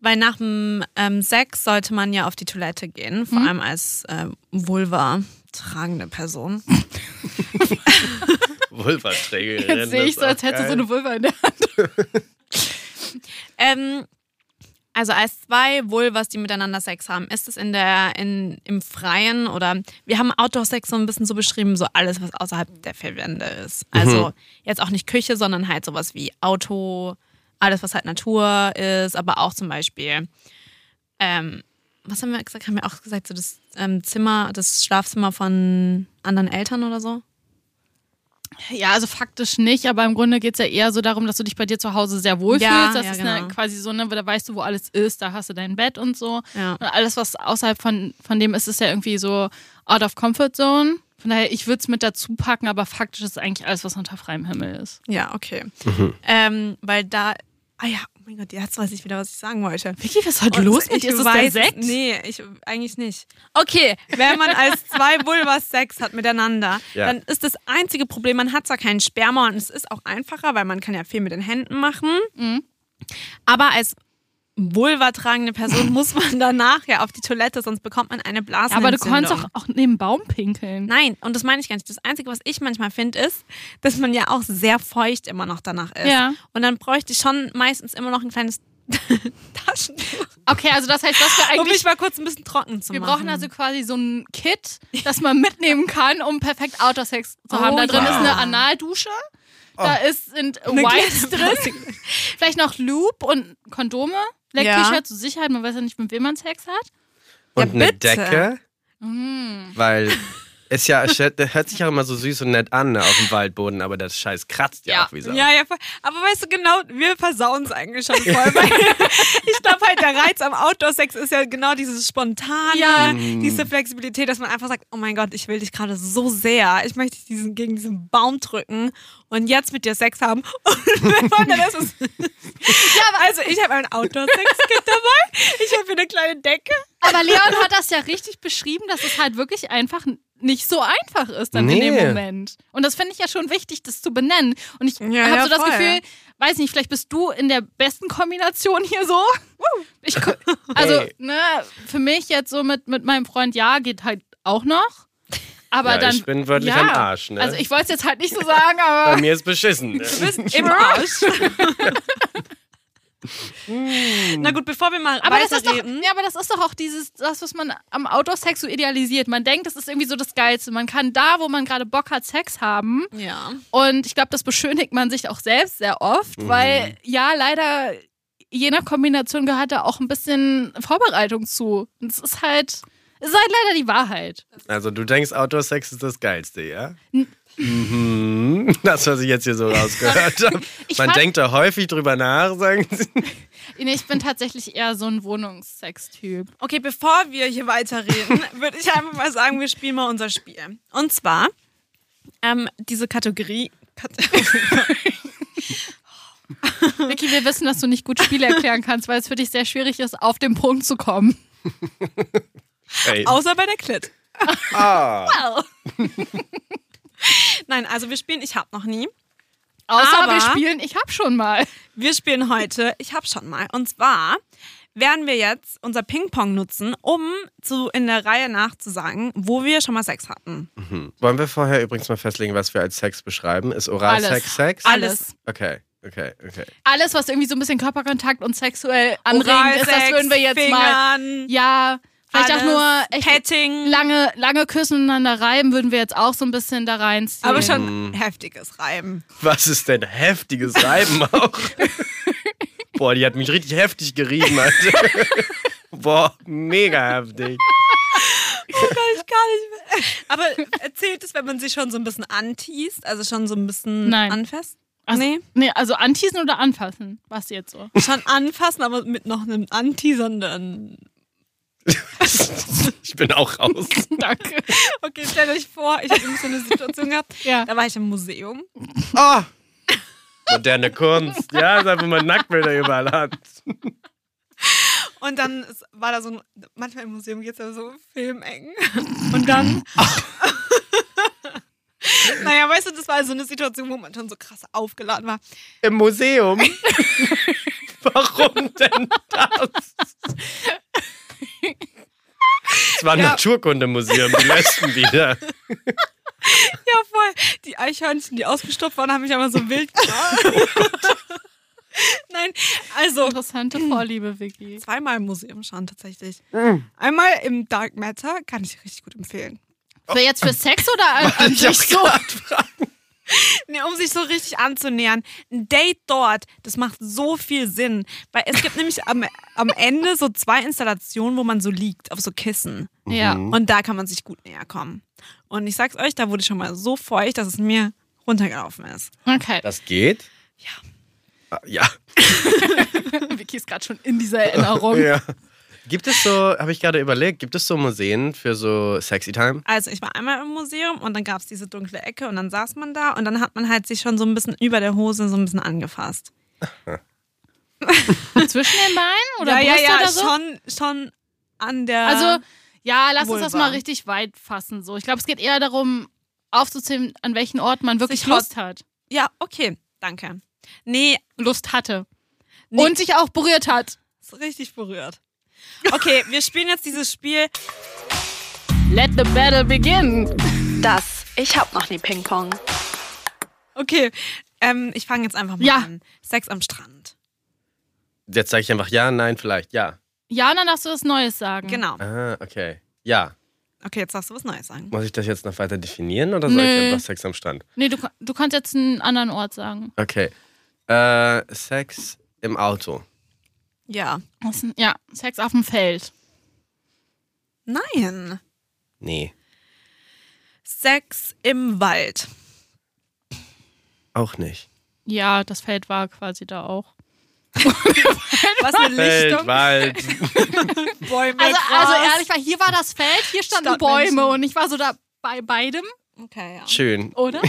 Speaker 5: weil nach dem ähm, Sex sollte man ja auf die Toilette gehen, vor allem als äh, Vulva-tragende Person.
Speaker 2: Vulvaträgerin.
Speaker 1: Jetzt sehe ich
Speaker 2: das
Speaker 1: so, als
Speaker 2: ist auch
Speaker 1: hättest du so
Speaker 2: geil.
Speaker 1: eine Vulva in der Hand.
Speaker 5: Ähm, also als zwei Vulvas, die miteinander Sex haben, ist es in der, in, im Freien oder wir haben Outdoor-Sex so ein bisschen so beschrieben, so alles, was außerhalb der vier Wände ist. Also jetzt auch nicht Küche, sondern halt sowas wie Auto, alles, was halt Natur ist, aber auch zum Beispiel, ähm, was haben wir gesagt? Haben wir auch gesagt, so das ähm, Zimmer, das Schlafzimmer von anderen Eltern oder so?
Speaker 1: Ja, also faktisch nicht, aber im Grunde geht es ja eher so darum, dass du dich bei dir zu Hause sehr wohl
Speaker 5: Ja,
Speaker 1: fühlst. Das
Speaker 5: ja,
Speaker 1: ist eine,
Speaker 5: genau.
Speaker 1: quasi so, ne, da weißt du, wo alles ist, da hast du dein Bett und so.
Speaker 5: Ja.
Speaker 1: Und alles, was außerhalb von, von dem ist, ist ja irgendwie so out of comfort zone. Von daher, ich würde es mit dazu packen, aber faktisch ist eigentlich alles, was unter freiem Himmel ist.
Speaker 5: Ja, okay. Ähm, weil da, ah ja, oh mein Gott, jetzt weiß ich wieder, was ich sagen wollte.
Speaker 1: Vicky, was ist heute
Speaker 5: Und
Speaker 1: los mit dir? Ist das der Sekt?
Speaker 5: Nee, ich, eigentlich nicht. Okay, wenn man als zwei Vulvas Sex hat miteinander,
Speaker 2: Ja.
Speaker 5: dann ist das einzige Problem, man hat zwar keinen Sperma und es ist auch einfacher, weil man kann ja viel mit den Händen machen.
Speaker 1: Mhm.
Speaker 5: Aber als vulva-tragende Person (laughs) muss man danach ja auf die Toilette, sonst bekommt man eine Blase.
Speaker 1: Ja, aber du kannst auch, auch neben Baum pinkeln.
Speaker 5: Nein, und das meine ich gar nicht. Das Einzige, was ich manchmal finde, ist, dass man ja auch sehr feucht immer noch danach ist.
Speaker 1: Ja.
Speaker 5: Und dann bräuchte ich schon meistens immer noch ein kleines (laughs) Taschentuch,
Speaker 1: Okay, also das heißt, (laughs) was wir
Speaker 5: um
Speaker 1: eigentlich.
Speaker 5: mich mal kurz ein bisschen trocken zu
Speaker 1: wir
Speaker 5: machen.
Speaker 1: brauchen also quasi so ein Kit, das man mitnehmen kann, um perfekt Outdoor-Sex zu haben.
Speaker 5: Oh,
Speaker 1: Da drin
Speaker 5: ja.
Speaker 1: ist eine Analdusche, da ist, sind (laughs)
Speaker 5: Eine
Speaker 1: Wipes
Speaker 5: kleine
Speaker 1: drin, vielleicht noch Loop und Kondome, Leck-T-Shirt zur Sicherheit, man weiß ja nicht, mit wem man Sex hat.
Speaker 2: Und
Speaker 5: Ja,
Speaker 2: eine
Speaker 5: bitte. Mhm.
Speaker 2: Decke, weil
Speaker 5: (laughs)
Speaker 2: es ja, es hört hört sich ja immer so süß und nett an ne, auf dem Waldboden, aber das Scheiß kratzt ja,
Speaker 1: Ja.
Speaker 2: auch wie Sau.
Speaker 5: Ja, ja, voll. aber weißt du genau, wir versauen es eigentlich schon voll. Weil (laughs) ich glaube halt, der Reiz am Outdoor-Sex ist ja genau dieses Spontane,
Speaker 1: Ja.
Speaker 5: diese Flexibilität, dass man einfach sagt, oh mein Gott, ich will dich gerade so sehr, ich möchte dich diesen, gegen diesen Baum drücken und jetzt mit dir Sex haben. (laughs) Und wenn man dann ist
Speaker 1: (laughs)
Speaker 5: es... Ja, aber also ich habe ein (laughs) Outdoor-Sex-Kit dabei, ich habe hier eine kleine Decke.
Speaker 1: Aber Leon hat das ja richtig beschrieben, dass es halt wirklich einfach nicht so einfach ist dann
Speaker 2: Nee.
Speaker 1: in dem Moment. Und das finde ich ja schon wichtig, das zu benennen. Und ich
Speaker 5: Ja,
Speaker 1: habe
Speaker 5: ja,
Speaker 1: so das
Speaker 5: voll.
Speaker 1: Gefühl, weiß nicht, vielleicht bist du in der besten Kombination hier so. Ich, ko- also,
Speaker 2: Hey.
Speaker 1: ne, für mich jetzt so mit, mit meinem Freund, ja, geht halt auch noch. Aber
Speaker 2: Ja,
Speaker 1: dann.
Speaker 2: ich bin wörtlich
Speaker 1: ja.
Speaker 2: am Arsch, ne?
Speaker 1: Also ich wollte es jetzt halt nicht so sagen,
Speaker 2: Bei
Speaker 1: aber.
Speaker 2: mir
Speaker 5: (laughs)
Speaker 2: ist beschissen. ne?
Speaker 5: Du bist im Arsch. (laughs) Na gut, bevor wir mal
Speaker 1: Aber das, ist doch,
Speaker 5: weiterreden.
Speaker 1: ja, aber das ist doch auch dieses, das, was man am Outdoor-Sex so idealisiert. Man denkt, das ist irgendwie so das Geilste. Man kann da, wo man gerade Bock hat, Sex haben.
Speaker 5: Ja.
Speaker 1: Und ich glaube, das beschönigt man sich auch selbst sehr oft,
Speaker 5: Mhm.
Speaker 1: weil ja, leider je nach Kombination gehört da auch ein bisschen Vorbereitung zu. Und es ist halt, es ist halt leider die Wahrheit.
Speaker 2: Also du denkst, Outdoor-Sex ist das Geilste, ja? Mhm. (laughs) Das, was ich jetzt hier
Speaker 5: (laughs)
Speaker 2: so rausgehört habe.
Speaker 1: Ich
Speaker 2: Man
Speaker 1: fand-
Speaker 2: denkt da häufig drüber nach, sagen sie.
Speaker 1: Nee, Ich bin tatsächlich eher so ein
Speaker 5: (laughs)
Speaker 1: Wohnungssex-Typ.
Speaker 5: Okay, bevor wir hier weiterreden, würde ich einfach mal sagen, wir spielen mal unser Spiel. Und zwar ähm, diese Kategorie. Kat-
Speaker 1: Vicky, wir wissen, dass du nicht gut Spiele erklären kannst, weil es für dich sehr schwierig ist, auf den Punkt zu kommen.
Speaker 2: Ey,
Speaker 5: Außer bei der Klit.
Speaker 2: ah.
Speaker 5: Nein, also wir spielen Ich hab noch nie.
Speaker 1: Außer
Speaker 5: Aber-
Speaker 1: wir spielen, ich hab schon mal.
Speaker 5: Wir spielen heute Ich hab schon mal. Und zwar werden wir jetzt unser Ping-Pong nutzen, um zu, in der Reihe nach zu sagen, wo wir schon mal Sex hatten.
Speaker 2: Mhm. Wollen wir vorher übrigens mal festlegen, was wir als Sex beschreiben? Ist Oralsex Sex?
Speaker 5: Alles. Ah.
Speaker 2: Okay, okay, okay.
Speaker 1: Alles, was irgendwie so ein bisschen Körperkontakt und sexuell anregend ist, das würden wir jetzt mal.
Speaker 5: Fingern,
Speaker 1: Ja, vielleicht auch
Speaker 5: alles,
Speaker 1: nur echt
Speaker 5: Petting.
Speaker 1: lange, lange küssen und einander reiben, würden wir jetzt auch so ein bisschen da reinziehen.
Speaker 5: aber schon heftiges Reiben.
Speaker 2: Was ist denn heftiges Reiben auch? Boah, die hat mich richtig heftig gerieben, Alter. Boah, mega heftig.
Speaker 5: Ich gar nicht mehr. Aber erzählt es, wenn man sich schon so ein bisschen antießt, also schon so ein bisschen
Speaker 1: Nein.
Speaker 5: anfasst?
Speaker 1: Also,
Speaker 5: nee.
Speaker 1: Nee, also anteasen oder anfassen? Was jetzt
Speaker 5: (laughs)
Speaker 1: so?
Speaker 5: Schon anfassen, aber mit noch einem anteasernden.
Speaker 2: Ich bin auch raus.
Speaker 1: Danke.
Speaker 5: Okay, stellt euch vor, ich habe so eine Situation gehabt.
Speaker 1: Ja.
Speaker 5: Da war ich im Museum.
Speaker 2: Ah! Moderne Kunst. Ja, ist einfach mal Nacktbilder überall hat.
Speaker 5: Und dann ist- war da so ein, manchmal im Museum geht es ja so filmengen. Und dann. (laughs) naja, weißt du, das war so eine Situation, wo man schon so krass aufgeladen war.
Speaker 2: Im Museum? Warum denn das? Es war ein
Speaker 5: Ja.
Speaker 2: Naturkundemuseum, die Lesben wieder.
Speaker 5: Ja, voll. Die Eichhörnchen, die ausgestopft waren, haben mich aber so wild gemacht. Nein, also
Speaker 1: Interessante Vorliebe, Vicky.
Speaker 5: zweimal im Museum schauen tatsächlich. Einmal im Dark Matter, kann ich richtig gut empfehlen.
Speaker 1: So jetzt für Sex
Speaker 5: (laughs)
Speaker 1: oder an, an sich so?
Speaker 5: Nee, um sich so richtig anzunähern. Ein Date dort, das macht so viel Sinn. Weil es gibt nämlich am, am Ende so zwei Installationen, wo man so liegt, auf so Kissen.
Speaker 1: Ja.
Speaker 5: Und da kann man sich gut näher kommen. Und ich sag's euch, da wurde ich schon mal so feucht, dass es mir runtergelaufen ist.
Speaker 1: Okay.
Speaker 2: Das geht? Ja. Ja.
Speaker 1: (laughs) Vicky ist gerade schon in dieser Erinnerung.
Speaker 2: ja. Gibt es so, habe ich gerade überlegt, gibt es so Museen für so Sexy Time?
Speaker 5: Also ich war einmal im Museum und dann gab's diese dunkle Ecke und dann saß man da und dann hat man halt sich schon so ein bisschen über der Hose so ein bisschen angefasst.
Speaker 1: Zwischen den Beinen oder
Speaker 5: ja,
Speaker 1: Brust
Speaker 5: ja, ja,
Speaker 1: oder so?
Speaker 5: schon, schon an der.
Speaker 1: Also, ja, lass uns das
Speaker 5: Vulva.
Speaker 1: mal richtig weit fassen. So. Ich glaube, es geht eher darum, aufzuzählen, an welchen Ort man wirklich
Speaker 5: Sich hot-
Speaker 1: Lust hat.
Speaker 5: ja, okay, danke. Nee,
Speaker 1: Lust hatte.
Speaker 5: Nee.
Speaker 1: Und sich auch berührt hat.
Speaker 5: ist richtig berührt. Okay, wir spielen jetzt dieses Spiel.
Speaker 1: Let the battle begin.
Speaker 4: Das Ich hab noch nie Ping-Pong.
Speaker 5: Okay, ähm, ich fange jetzt einfach mal
Speaker 1: Ja.
Speaker 5: an. Sex am Strand.
Speaker 2: Jetzt sage ich einfach ja, nein, vielleicht, ja.
Speaker 1: Ja, und dann darfst du was Neues sagen.
Speaker 5: Genau.
Speaker 2: Ah, okay. Ja.
Speaker 5: Okay, jetzt darfst du was Neues sagen.
Speaker 2: Muss ich das jetzt noch weiter definieren oder soll
Speaker 1: Nö.
Speaker 2: ich einfach Sex am Strand?
Speaker 1: Nee, du, du kannst jetzt einen anderen Ort sagen.
Speaker 2: Okay. Äh, Sex im Auto.
Speaker 5: Ja.
Speaker 1: Das ist ein- Ja, Sex auf dem Feld.
Speaker 5: Nein.
Speaker 2: Nee.
Speaker 5: Sex im Wald.
Speaker 2: Auch nicht.
Speaker 1: Ja, das Feld war quasi da auch.
Speaker 5: Was eine
Speaker 2: Welt,
Speaker 5: Lichtung.
Speaker 2: Wald.
Speaker 5: Bäume,
Speaker 1: Also,
Speaker 5: Gras.
Speaker 1: also ehrlich, weil hier war das Feld, hier standen
Speaker 5: Stadtmenschen.
Speaker 1: Bäume und ich war so da bei beidem,
Speaker 5: Okay, ja.
Speaker 2: Schön.
Speaker 1: oder?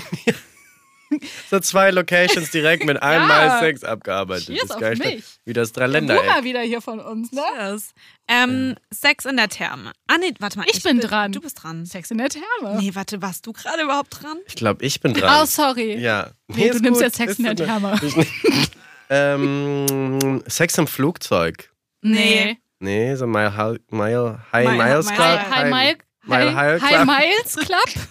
Speaker 2: So zwei Locations
Speaker 1: (laughs)
Speaker 2: direkt mit einmal Sex abgearbeitet.
Speaker 1: Cheers
Speaker 2: Das ist
Speaker 1: auf
Speaker 2: geil.
Speaker 1: mich.
Speaker 2: Wie das
Speaker 1: Boomer
Speaker 2: Dreiländereck.
Speaker 1: wieder hier von uns, ne?
Speaker 5: Yes. Ähm, Sex in der Therme. Ah, nee, warte mal.
Speaker 1: Ich bin dran.
Speaker 5: Du bist dran.
Speaker 1: Sex in der Therme.
Speaker 5: Nee, warte, warst du gerade überhaupt dran?
Speaker 2: Ich glaube, ich bin dran.
Speaker 1: Oh, sorry.
Speaker 2: Ja.
Speaker 1: Nee, du
Speaker 2: ist
Speaker 1: nimmst
Speaker 2: gut.
Speaker 1: jetzt Sex in der
Speaker 2: Ist
Speaker 1: Therme.
Speaker 2: (laughs) Ähm, Sex im Flugzeug.
Speaker 5: Nee.
Speaker 2: Nee, so Mile, Hi- Mile High
Speaker 5: Mile-
Speaker 2: Miles
Speaker 5: Mile-
Speaker 2: Club.
Speaker 1: Hi, Ah, hi, Mike.
Speaker 2: Mile High
Speaker 1: Hi, hi Miles
Speaker 2: (laughs)
Speaker 1: Club.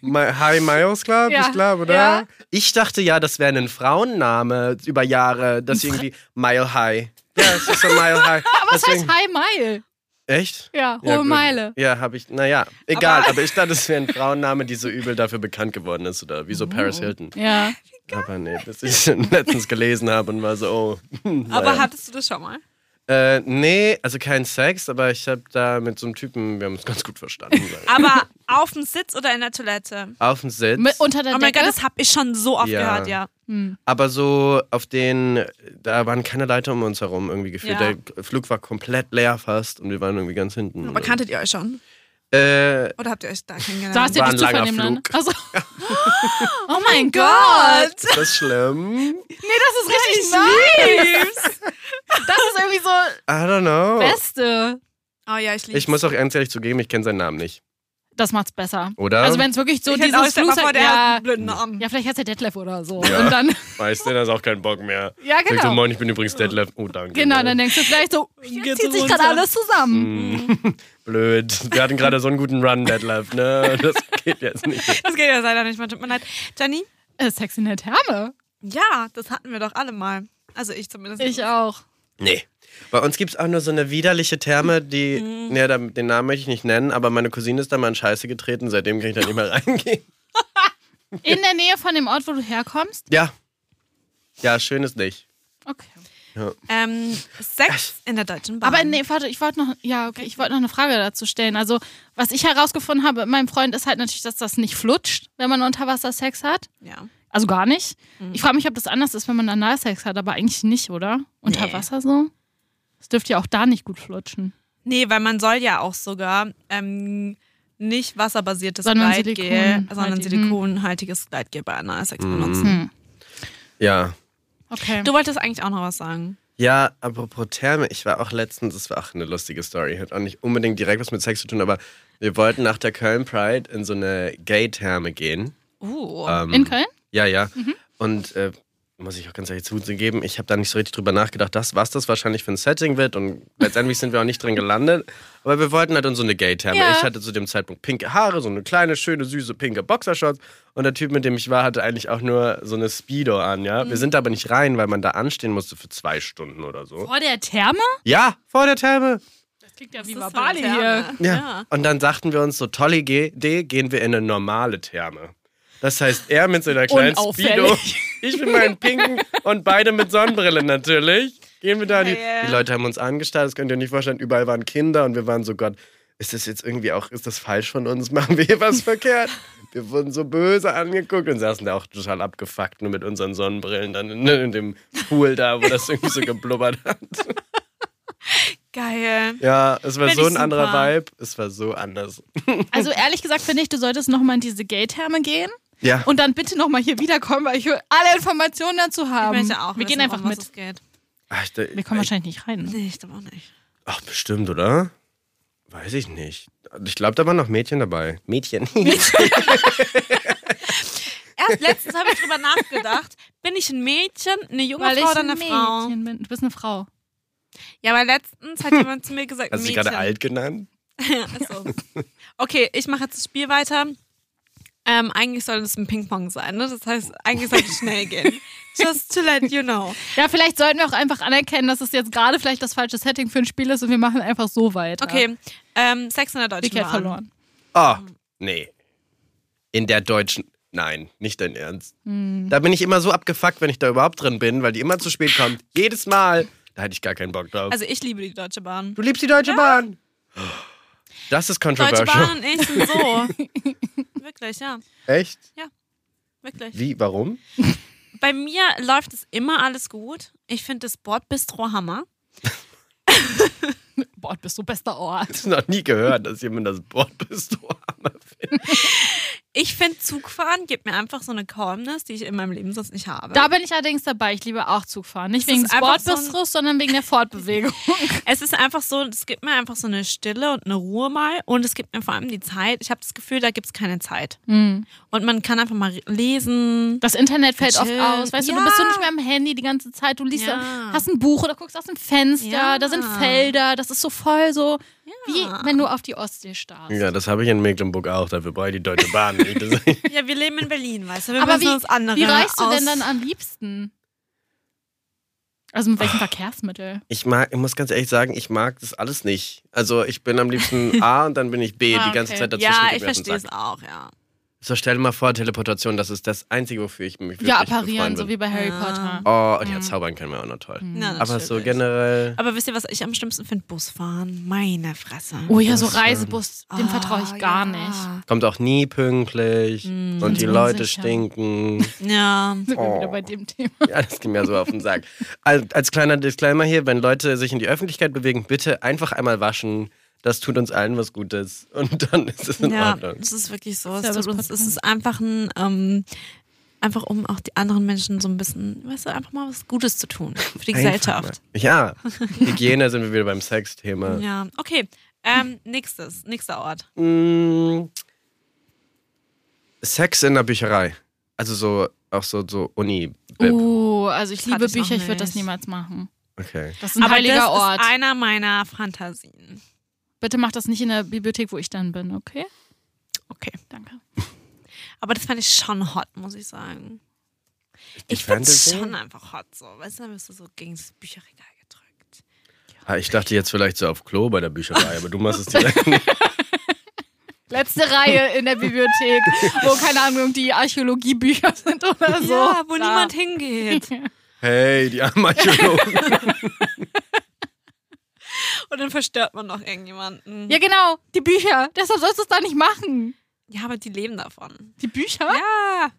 Speaker 2: Mi- High Miles Club,
Speaker 1: Ja.
Speaker 2: ich glaube, oder?
Speaker 1: Ja.
Speaker 2: Ich dachte ja, das wäre ein Frauenname über Jahre, dass irgendwie Mile High. Ja, es ist
Speaker 1: (laughs)
Speaker 2: so Mile High.
Speaker 1: Was heißt
Speaker 2: Deswegen-
Speaker 1: Hi Mile?
Speaker 2: Echt?
Speaker 1: Ja, hohe
Speaker 2: Ja, gut.
Speaker 1: Meile.
Speaker 2: Ja, habe ich. Naja, egal. Aber, ich dachte, es wäre ein Frauenname, die so übel dafür bekannt geworden ist oder wie so Paris
Speaker 1: Oh.
Speaker 2: Hilton.
Speaker 1: Ja.
Speaker 2: Aber nee, bis ich (laughs) letztens gelesen habe und war so, oh.
Speaker 5: Aber
Speaker 2: naja.
Speaker 5: hattest du das schon mal?
Speaker 2: Äh, nee, also kein Sex, aber ich habe da mit so einem Typen, wir haben uns ganz gut verstanden.
Speaker 1: (laughs)
Speaker 5: Aber auf dem Sitz oder in der Toilette?
Speaker 2: auf dem Sitz.
Speaker 1: Mit, unter der
Speaker 5: Oh mein
Speaker 1: Decke.
Speaker 5: Gott, das habe ich schon so oft
Speaker 2: Ja.
Speaker 5: gehört, ja.
Speaker 2: Aber so auf den, da waren keine Leiter um uns herum irgendwie gefühlt.
Speaker 5: Ja.
Speaker 2: Der Flug war komplett leer fast und wir waren irgendwie ganz hinten.
Speaker 5: Aber kanntet ihr euch schon?
Speaker 2: äh,
Speaker 5: Oder habt ihr euch da kennengelernt?
Speaker 1: Saßt ihr
Speaker 2: War
Speaker 1: nicht
Speaker 2: ein
Speaker 1: zufällig
Speaker 2: langer
Speaker 1: nebeneinander?
Speaker 2: Flug.
Speaker 1: Also, (laughs) oh mein Gott.
Speaker 2: ist
Speaker 1: (laughs)
Speaker 2: das schlimm?
Speaker 1: Das ist richtig nice. Das ist irgendwie so
Speaker 2: I don't know.
Speaker 1: Beste.
Speaker 5: Oh ja, ich liebe
Speaker 2: Ich muss auch ganz ehrlich zugeben, ich kenne seinen Namen nicht.
Speaker 1: das macht's besser.
Speaker 2: Oder?
Speaker 1: Also wenn es wirklich so
Speaker 5: ich hätte auch
Speaker 1: dieses
Speaker 5: gesagt, mal
Speaker 1: Fluss
Speaker 5: vor,
Speaker 1: hat,
Speaker 5: der hat
Speaker 1: ja,
Speaker 5: einen blöden Namen.
Speaker 1: ja, vielleicht hat's ja Detlef oder so.
Speaker 2: Ja.
Speaker 1: Und
Speaker 2: (laughs)
Speaker 1: dann,
Speaker 2: Weißt du, da ist auch kein Bock mehr.
Speaker 1: Ja,
Speaker 2: Sag
Speaker 1: genau.
Speaker 2: so, moin, ich bin übrigens Detlef. Oh, danke.
Speaker 1: genau, dann denkst du vielleicht so,
Speaker 5: Geht's
Speaker 1: jetzt zieht sich
Speaker 5: runter.
Speaker 1: gerade alles zusammen.
Speaker 2: Blöd. Wir hatten gerade so einen guten Run,
Speaker 1: (laughs)
Speaker 2: Detlef, ne? Das geht jetzt nicht.
Speaker 5: Das geht ja leider nicht, man tut mir leid. Jenny?
Speaker 1: Äh, Sex in der Therme.
Speaker 5: Ja, das hatten wir doch alle mal. Also ich zumindest.
Speaker 1: Ich auch.
Speaker 2: Nee. Bei uns gibt es auch nur so eine widerliche Therme, die. Nee, da, den Namen möchte ich nicht nennen, aber meine Cousine ist da mal in Scheiße getreten, seitdem kann ich da nicht mehr reingehen.
Speaker 1: In der Nähe von dem Ort, wo du herkommst.
Speaker 2: Ja. Ja, schön ist nicht.
Speaker 1: Okay.
Speaker 5: Ähm, Sex in der Deutschen Bahn.
Speaker 1: Aber nee, warte, ich wollte noch, ja, okay, ich wollte noch eine Frage dazu stellen. Also, was ich herausgefunden habe mit meinem Freund, ist halt natürlich, dass das nicht flutscht, wenn man unter Wasser Sex hat.
Speaker 5: Ja.
Speaker 1: Also gar nicht.
Speaker 5: Mhm.
Speaker 1: Ich frage mich, ob das anders ist, wenn man Analsex hat, aber eigentlich nicht, oder? Unter
Speaker 5: Nee.
Speaker 1: Wasser so? Das dürfte ja auch da nicht gut flutschen.
Speaker 5: Nee, weil man soll ja auch sogar ähm, nicht wasserbasiertes
Speaker 1: Sondern Mhm.
Speaker 5: Gleitgel,
Speaker 1: silikonhaltig.
Speaker 5: sondern silikonhaltiges Gleitgel bei Analsex benutzen.
Speaker 1: Hm.
Speaker 2: Ja.
Speaker 1: Okay.
Speaker 5: Du wolltest eigentlich auch noch was sagen.
Speaker 2: Ja, apropos Therme, ich war auch letztens, das war auch eine lustige Story, hat auch nicht unbedingt direkt was mit Sex zu tun, aber wir wollten nach der Köln Pride in so eine Gay-Therme gehen.
Speaker 5: Uh.
Speaker 2: Ähm,
Speaker 1: in Köln?
Speaker 2: Ja, ja.
Speaker 1: Mhm.
Speaker 2: Und äh, muss ich auch ganz ehrlich zugeben, ich habe da nicht so richtig drüber nachgedacht, das, was das wahrscheinlich für ein Setting wird. Und letztendlich sind wir auch nicht drin gelandet. Aber wir wollten halt in so eine Gay-Therme.
Speaker 1: Ja.
Speaker 2: Ich hatte zu dem Zeitpunkt pinke Haare, so eine kleine, schöne, süße, pinke Boxershorts. Und der Typ, mit dem ich war, hatte eigentlich auch nur so eine Speedo an, ja.
Speaker 1: Mhm.
Speaker 2: Wir sind da aber nicht rein, weil man da anstehen musste für zwei Stunden oder so.
Speaker 1: Vor der Therme?
Speaker 2: Ja, vor der Therme.
Speaker 1: Das klingt ja wie
Speaker 5: Das ist
Speaker 1: Bali
Speaker 5: so eine
Speaker 1: hier.
Speaker 5: Therme.
Speaker 2: Ja. Und dann sagten wir uns, so tolle Idee, gehen wir in eine normale Therme. Das heißt, er mit seiner kleinen Speedo,
Speaker 1: Unauffällig.
Speaker 2: (laughs) ich mit meinen Pinken und beide mit Sonnenbrille natürlich. Gehen wir da. in Die,
Speaker 5: Geil.
Speaker 2: die Leute haben uns angestarrt, das könnt ihr nicht vorstellen. Überall waren Kinder und wir waren so, Gott, ist das jetzt irgendwie auch, ist das falsch von uns? (laughs) Machen wir hier was verkehrt? Wir wurden so böse angeguckt und saßen da auch total abgefuckt, nur mit unseren Sonnenbrillen dann in, in dem Pool da, wo das irgendwie so geblubbert hat.
Speaker 5: Geil.
Speaker 2: Ja, es war
Speaker 5: Find
Speaker 2: so
Speaker 5: ich
Speaker 2: ein anderer
Speaker 5: super.
Speaker 2: Vibe. Es war so anders.
Speaker 1: Also ehrlich gesagt finde ich, du solltest nochmal in diese Gay-Therme gehen
Speaker 2: Ja.
Speaker 1: und dann bitte nochmal hier wiederkommen, weil ich will alle Informationen dazu haben.
Speaker 5: Ich möchte auch
Speaker 1: Ähm, Wir
Speaker 5: wissen,
Speaker 1: gehen einfach
Speaker 5: um was
Speaker 1: mit.
Speaker 5: Es geht.
Speaker 2: Ach, Ah, ich,
Speaker 1: Wir kommen wahrscheinlich nicht rein. ne?
Speaker 5: Nee, ich glaube auch nicht.
Speaker 2: Ach, bestimmt, oder? Weiß ich nicht. Ich glaube, da waren noch Mädchen dabei. (laughs) Mädchen.
Speaker 5: Erst letztens habe
Speaker 1: (laughs)
Speaker 5: ich drüber nachgedacht, bin ich ein Mädchen, eine junge Frau oder eine Frau?
Speaker 1: Mädchen bin. Du bist eine Frau.
Speaker 5: Ja, weil letztens hat jemand zu mir gesagt,
Speaker 2: (laughs) Hast du dich
Speaker 5: Mädchen.
Speaker 2: Also gerade alt genannt?
Speaker 5: (laughs) Ja, ist so. Also, Okay, ich mache jetzt das Spiel weiter. Ähm, eigentlich soll es ein Ping-Pong sein, ne? Das heißt, eigentlich sollte es schnell gehen. (laughs) Just to let you know.
Speaker 1: Ja, vielleicht sollten wir auch einfach anerkennen, dass es jetzt gerade vielleicht das falsche Setting für ein Spiel ist und wir machen einfach so weiter.
Speaker 5: Okay, ähm, Sex in der Deutschen
Speaker 1: Ich hätte
Speaker 5: Bahn.
Speaker 1: verloren.
Speaker 2: Ah, nee. In der deutschen. Nein, nicht dein Ernst. Da bin ich immer so abgefuckt, wenn ich da überhaupt drin bin, weil die immer zu spät kommt. Jedes Mal. Da hatte ich gar keinen Bock drauf.
Speaker 5: Also ich liebe die Deutsche Bahn.
Speaker 2: du liebst die Deutsche Bahn. Das ist
Speaker 5: Deutsche
Speaker 2: controversial.
Speaker 5: Bahn und ich sind so. (laughs) Wirklich, ja.
Speaker 2: Echt?
Speaker 5: Wirklich.
Speaker 2: Wie? Warum? (laughs)
Speaker 5: Bei mir läuft es immer alles gut. Ich finde das Bordbistro Hammer.
Speaker 1: Boah, bist du bester Ort.
Speaker 2: Ich habe noch nie gehört, dass jemand das Bordbistro hammer (laughs) findet.
Speaker 5: Ich finde Zugfahren gibt mir einfach so eine Calmness, die ich in meinem Leben sonst nicht habe.
Speaker 1: Da bin ich allerdings dabei. Ich liebe auch Zugfahren. Nicht
Speaker 5: Das
Speaker 1: wegen
Speaker 5: ist einfach so ein-
Speaker 1: Sportbistros, sondern wegen der
Speaker 5: (laughs)
Speaker 1: Fortbewegung.
Speaker 5: Es ist einfach so, es gibt mir einfach so eine Stille und eine Ruhe mal und es gibt mir vor allem die Zeit. Ich habe das Gefühl, da gibt es keine Zeit. Und man kann einfach mal lesen.
Speaker 1: Hm. Das Internet fällt oft
Speaker 5: Chill.
Speaker 1: aus. Weißt du,
Speaker 5: Ja.
Speaker 1: du bist so nicht mehr am Handy die ganze Zeit. Du liest,
Speaker 5: Ja.
Speaker 1: da- hast ein Buch oder guckst aus dem Fenster.
Speaker 5: Ja.
Speaker 1: Da sind Felder. Das ist so voll so, wie wenn du auf die Ostsee starrst.
Speaker 2: Ja, das habe ich in Mecklenburg auch. Dafür brauche ich die Deutsche Bahn nicht. Das
Speaker 5: Ja, wir leben in Berlin, weißt du? Wir
Speaker 1: Aber
Speaker 5: müssen
Speaker 1: wie,
Speaker 5: uns andere
Speaker 1: wie reist du
Speaker 5: aus-
Speaker 1: denn dann am liebsten? Also mit welchem Verkehrsmittel?
Speaker 2: Ich mag, ich muss ganz ehrlich sagen, ich mag das alles nicht. Also ich bin
Speaker 1: (laughs)
Speaker 2: am liebsten A und dann bin ich B
Speaker 1: Ah,
Speaker 2: die ganze
Speaker 1: okay.
Speaker 2: Zeit dazwischen.
Speaker 5: Ja,
Speaker 2: geht
Speaker 5: ich
Speaker 2: mir auf den
Speaker 5: verstehe es
Speaker 2: Sack.
Speaker 5: auch, ja.
Speaker 2: So stell dir mal vor, Teleportation, das ist das Einzige, wofür ich mich wirklich
Speaker 1: Ja, apparieren,
Speaker 2: befreuen
Speaker 1: so wie Mhm.
Speaker 2: würde.
Speaker 1: bei Harry
Speaker 5: Ja.
Speaker 1: Potter.
Speaker 2: Oh, und ja, zaubern können wir auch noch toll.
Speaker 5: Na,
Speaker 2: Aber so
Speaker 5: natürlich.
Speaker 2: generell.
Speaker 5: Aber wisst ihr, was ich am schlimmsten finde? Busfahren. Meine Fresse.
Speaker 1: Oh ja, so Reisebus, dem
Speaker 5: Ah,
Speaker 1: vertraue ich gar
Speaker 5: ja. Oh.
Speaker 2: Kommt auch nie pünktlich und die
Speaker 1: Unsicher. (laughs)
Speaker 2: Leute stinken.
Speaker 5: Ja.
Speaker 1: nicht. Sind wir wieder bei dem Thema.
Speaker 2: ja, das ging mir so auf den Sack. Als, als kleiner Disclaimer hier, wenn Leute sich in die Öffentlichkeit bewegen, bitte einfach einmal waschen. Das tut uns allen was Gutes. Und dann ist es in
Speaker 5: Ja,
Speaker 2: Ordnung.
Speaker 5: das ist wirklich so. Es,
Speaker 1: Service
Speaker 5: tut uns, es
Speaker 1: Podcast.
Speaker 5: ist einfach ein, ähm, einfach um auch die anderen Menschen so ein bisschen, weißt du, einfach mal was Gutes zu tun für die
Speaker 2: Einfach
Speaker 5: Gesellschaft.
Speaker 2: mal. Ja, Hygiene sind wir wieder beim Sexthema.
Speaker 5: Ja, okay. Ähm, nächstes, nächster Ort.
Speaker 2: Mm, Sex in der Bücherei. Also so, auch so, so Uni. Bib.
Speaker 5: Uh.
Speaker 1: Oh, also ich
Speaker 5: Das hatte
Speaker 1: liebe
Speaker 5: ich noch
Speaker 1: Bücher, ich würde das
Speaker 5: nicht.
Speaker 1: niemals machen.
Speaker 2: Okay.
Speaker 1: Das ist ein
Speaker 5: Aber
Speaker 1: heiliger
Speaker 5: das
Speaker 1: Ort.
Speaker 5: ist einer meiner Fantasien.
Speaker 1: Bitte mach das nicht in der Bibliothek, wo ich dann bin, okay?
Speaker 5: Okay.
Speaker 1: Danke.
Speaker 5: Aber das fand ich schon hot, muss ich sagen.
Speaker 2: Die
Speaker 5: ich find's
Speaker 2: Fantasy?
Speaker 5: schon einfach hot so. Weißt du, dann wirst du so gegen das Bücherregal gedrückt.
Speaker 2: Ah, ich dachte jetzt vielleicht so auf Klo bei der Bücherei, aber du machst es direkt. (laughs)
Speaker 5: (laughs)
Speaker 1: Letzte Reihe in der Bibliothek, wo keine Ahnung, die Archäologiebücher sind oder so.
Speaker 5: ja, wo
Speaker 1: Da. (laughs)
Speaker 5: niemand hingeht.
Speaker 2: Hey, die
Speaker 5: (laughs)
Speaker 2: armen Archäologen.
Speaker 5: Und dann verstört man noch irgendjemanden.
Speaker 1: Ja, genau, die Bücher. Deshalb sollst du es da nicht machen.
Speaker 5: Ja, aber die leben davon.
Speaker 1: Die Bücher?
Speaker 5: Ja.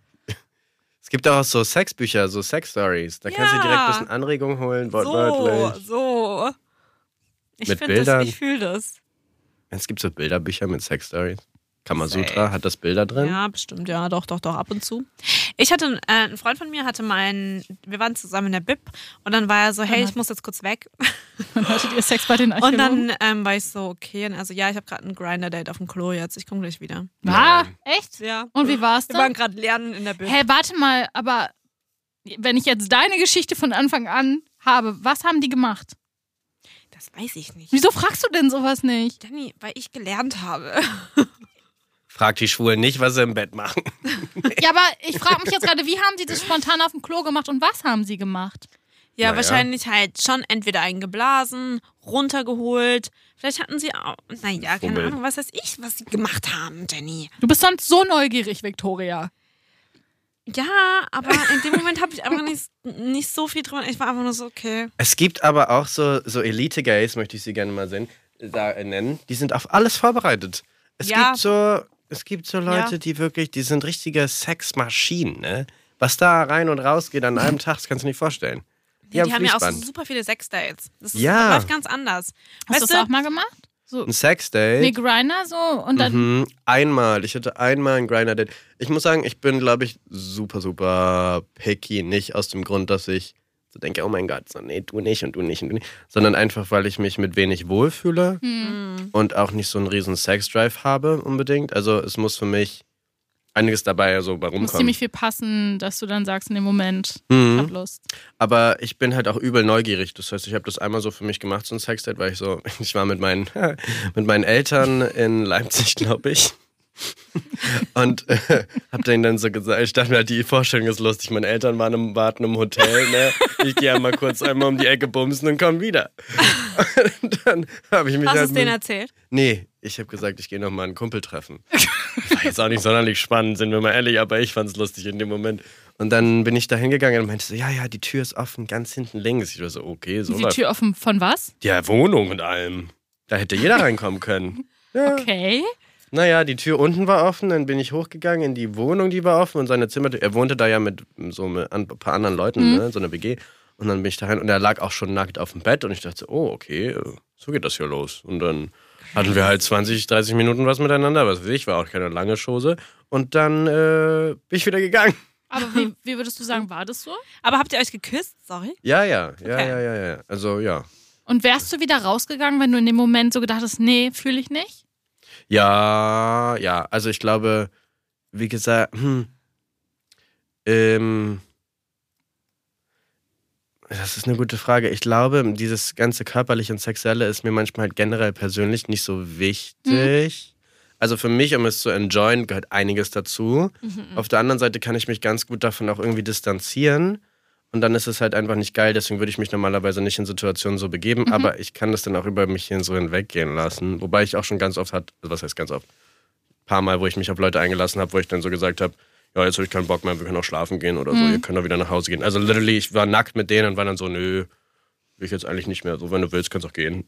Speaker 2: es gibt auch so Sexbücher, so Sexstories. Da kannst du dir direkt
Speaker 5: Ja.
Speaker 2: ein bisschen Anregung holen,
Speaker 5: So,
Speaker 2: wortwörtlich.
Speaker 5: so. Ich
Speaker 2: Mit
Speaker 5: find
Speaker 2: Bildern.
Speaker 5: Das, ich fühle das.
Speaker 2: Es gibt so Bilderbücher mit Sexstories. Kamasutra hat das Bilder drin.
Speaker 5: Ja, bestimmt, ja, doch, doch, doch, ab und zu. Ich hatte, äh, ein Freund von mir hatte mal einen, wir waren zusammen in der Bib und dann war er so, hey, ich muss jetzt kurz (laughs) weg.
Speaker 1: Dann hattet ihr Sex bei den
Speaker 5: Und
Speaker 1: Archäologen.
Speaker 5: dann ähm, war ich so, okay, und also ja, ich habe gerade ein Grinder-Date auf dem Klo jetzt, ich komme gleich wieder.
Speaker 1: Ah, echt?
Speaker 5: Ja.
Speaker 1: Und wie war's
Speaker 5: Wir
Speaker 1: dann?
Speaker 5: waren gerade lernen in der Bib.
Speaker 1: Hä, warte mal, aber wenn ich jetzt deine Geschichte von Anfang an habe, was haben die gemacht?
Speaker 5: Das weiß ich nicht.
Speaker 1: Wieso fragst du denn sowas nicht?
Speaker 5: Danny, weil ich gelernt habe. (laughs)
Speaker 2: Frag die Schwulen nicht, was sie im Bett machen.
Speaker 1: (laughs) Ja, aber ich frage mich jetzt gerade, wie haben sie das spontan auf dem Klo gemacht und was haben sie gemacht?
Speaker 5: Ja,
Speaker 2: Naja.
Speaker 5: wahrscheinlich halt schon entweder einen geblasen, runtergeholt. Vielleicht hatten sie auch, naja, keine
Speaker 2: Fummeln.
Speaker 5: Ahnung, was weiß ich, was sie gemacht haben, Danny.
Speaker 1: Du bist sonst so neugierig, Victoria.
Speaker 5: Ja, aber in dem Moment habe ich einfach nicht, nicht so viel drüber. Ich war einfach nur so, okay.
Speaker 2: Es gibt aber auch so, so Elite-Gays, möchte ich sie gerne mal sehen, da, äh, nennen. Die sind auf alles vorbereitet. Es,
Speaker 5: Ja.
Speaker 2: gibt, so, es gibt so Leute,
Speaker 5: Ja.
Speaker 2: die wirklich, die sind richtige Sexmaschinen. Ne? Was da rein und raus geht
Speaker 5: (laughs)
Speaker 2: an einem Tag, das kannst du nicht vorstellen.
Speaker 5: Die, die haben ja auch so
Speaker 2: Fließband.
Speaker 5: super viele Sexdates. Das ist,
Speaker 2: Ja.
Speaker 5: läuft ganz
Speaker 1: Hast
Speaker 5: anders.
Speaker 1: du
Speaker 5: weißt
Speaker 1: das auch
Speaker 5: du,
Speaker 1: mal gemacht? So,
Speaker 2: Ein Sexdate.
Speaker 1: nee, Grinder so und dann.
Speaker 2: Mhm, einmal. Ich hatte einmal ein Grinder-Date. Ich muss sagen, ich bin, glaube ich, super, super picky. Nicht aus dem Grund, dass ich so denke, oh mein Gott, so, nee, du nicht und du nicht und du nicht. Sondern einfach, weil ich mich mit wenig wohlfühle und auch nicht so einen riesen Sex-Drive habe unbedingt. Also es muss für mich einiges dabei so bei
Speaker 1: Muss
Speaker 2: rumkommen.
Speaker 1: ziemlich viel passen, dass du dann sagst in dem Moment, ich hab
Speaker 2: Mhm.
Speaker 1: Lust.
Speaker 2: Aber ich bin halt auch übel neugierig. Das heißt, ich habe das einmal so für mich gemacht, so ein Sexdate, weil ich so, (laughs) ich war mit meinen, mit meinen Eltern in Leipzig,
Speaker 5: (laughs)
Speaker 2: glaube ich. Und äh, hab denen dann so gesagt, ich dachte mir, halt, die Vorstellung ist lustig. Meine Eltern waren im, warten im Hotel, ne? Ich gehe ja mal kurz einmal um die Ecke bumsen und komm wieder. (laughs) Und dann habe ich mich
Speaker 5: hast du
Speaker 2: halt
Speaker 5: es denen
Speaker 2: mit-
Speaker 5: erzählt?
Speaker 2: Nee, ich habe gesagt, ich gehe nochmal einen Kumpel treffen. War jetzt auch nicht sonderlich spannend, sind wir mal ehrlich, aber ich fand es lustig in dem Moment. Und dann bin ich da hingegangen und meinte so, ja, ja, die Tür ist offen, ganz hinten links. Ich war so, okay, so
Speaker 1: Die
Speaker 2: läuft-
Speaker 1: Tür offen von was?
Speaker 2: Ja, Wohnung und allem. Da hätte jeder reinkommen können. Ja.
Speaker 1: Okay.
Speaker 2: Naja, die Tür unten war offen, dann bin ich hochgegangen in die Wohnung, die war offen und seine Zimmertür. Er wohnte da ja mit so mit ein paar anderen Leuten, ne, so einer WG. Und dann bin ich da rein und er lag auch schon nackt auf dem Bett und ich dachte, so, oh, okay, äh, so geht das hier los. Und dann hatten wir halt 20, 30 Minuten was miteinander, was weiß ich, war auch keine lange Chose. Und dann äh, bin ich wieder gegangen.
Speaker 1: Aber wie, wie würdest du sagen, war das so?
Speaker 5: Aber habt ihr euch geküsst? Sorry.
Speaker 2: Ja, ja, ja,
Speaker 5: Okay.
Speaker 2: ja, ja, ja. Also ja.
Speaker 1: Und wärst du wieder rausgegangen, wenn du in dem Moment so gedacht hast, nee, fühle ich nicht?
Speaker 2: Ja, ja. Also ich glaube, wie gesagt, hm, ähm, das ist eine gute Frage. Ich glaube, dieses ganze körperliche und sexuelle ist mir manchmal halt generell persönlich nicht so wichtig. Also für mich, um es zu enjoyen, gehört einiges dazu. Auf der anderen Seite kann ich mich ganz gut davon auch irgendwie distanzieren. Und dann ist es halt einfach nicht geil, deswegen würde ich mich normalerweise nicht in Situationen so begeben, aber ich kann das dann auch über mich hin so hinweggehen lassen. Wobei ich auch schon ganz oft hat, also was heißt ganz oft, ein paar Mal, wo ich mich auf Leute eingelassen habe, wo ich dann so gesagt habe, ja, jetzt habe ich keinen Bock mehr, wir können auch schlafen gehen oder so, ihr könnt doch wieder nach Hause gehen. Also literally, ich war nackt mit denen und war dann so, nö, will ich jetzt eigentlich nicht mehr. So, wenn du willst, kannst auch gehen.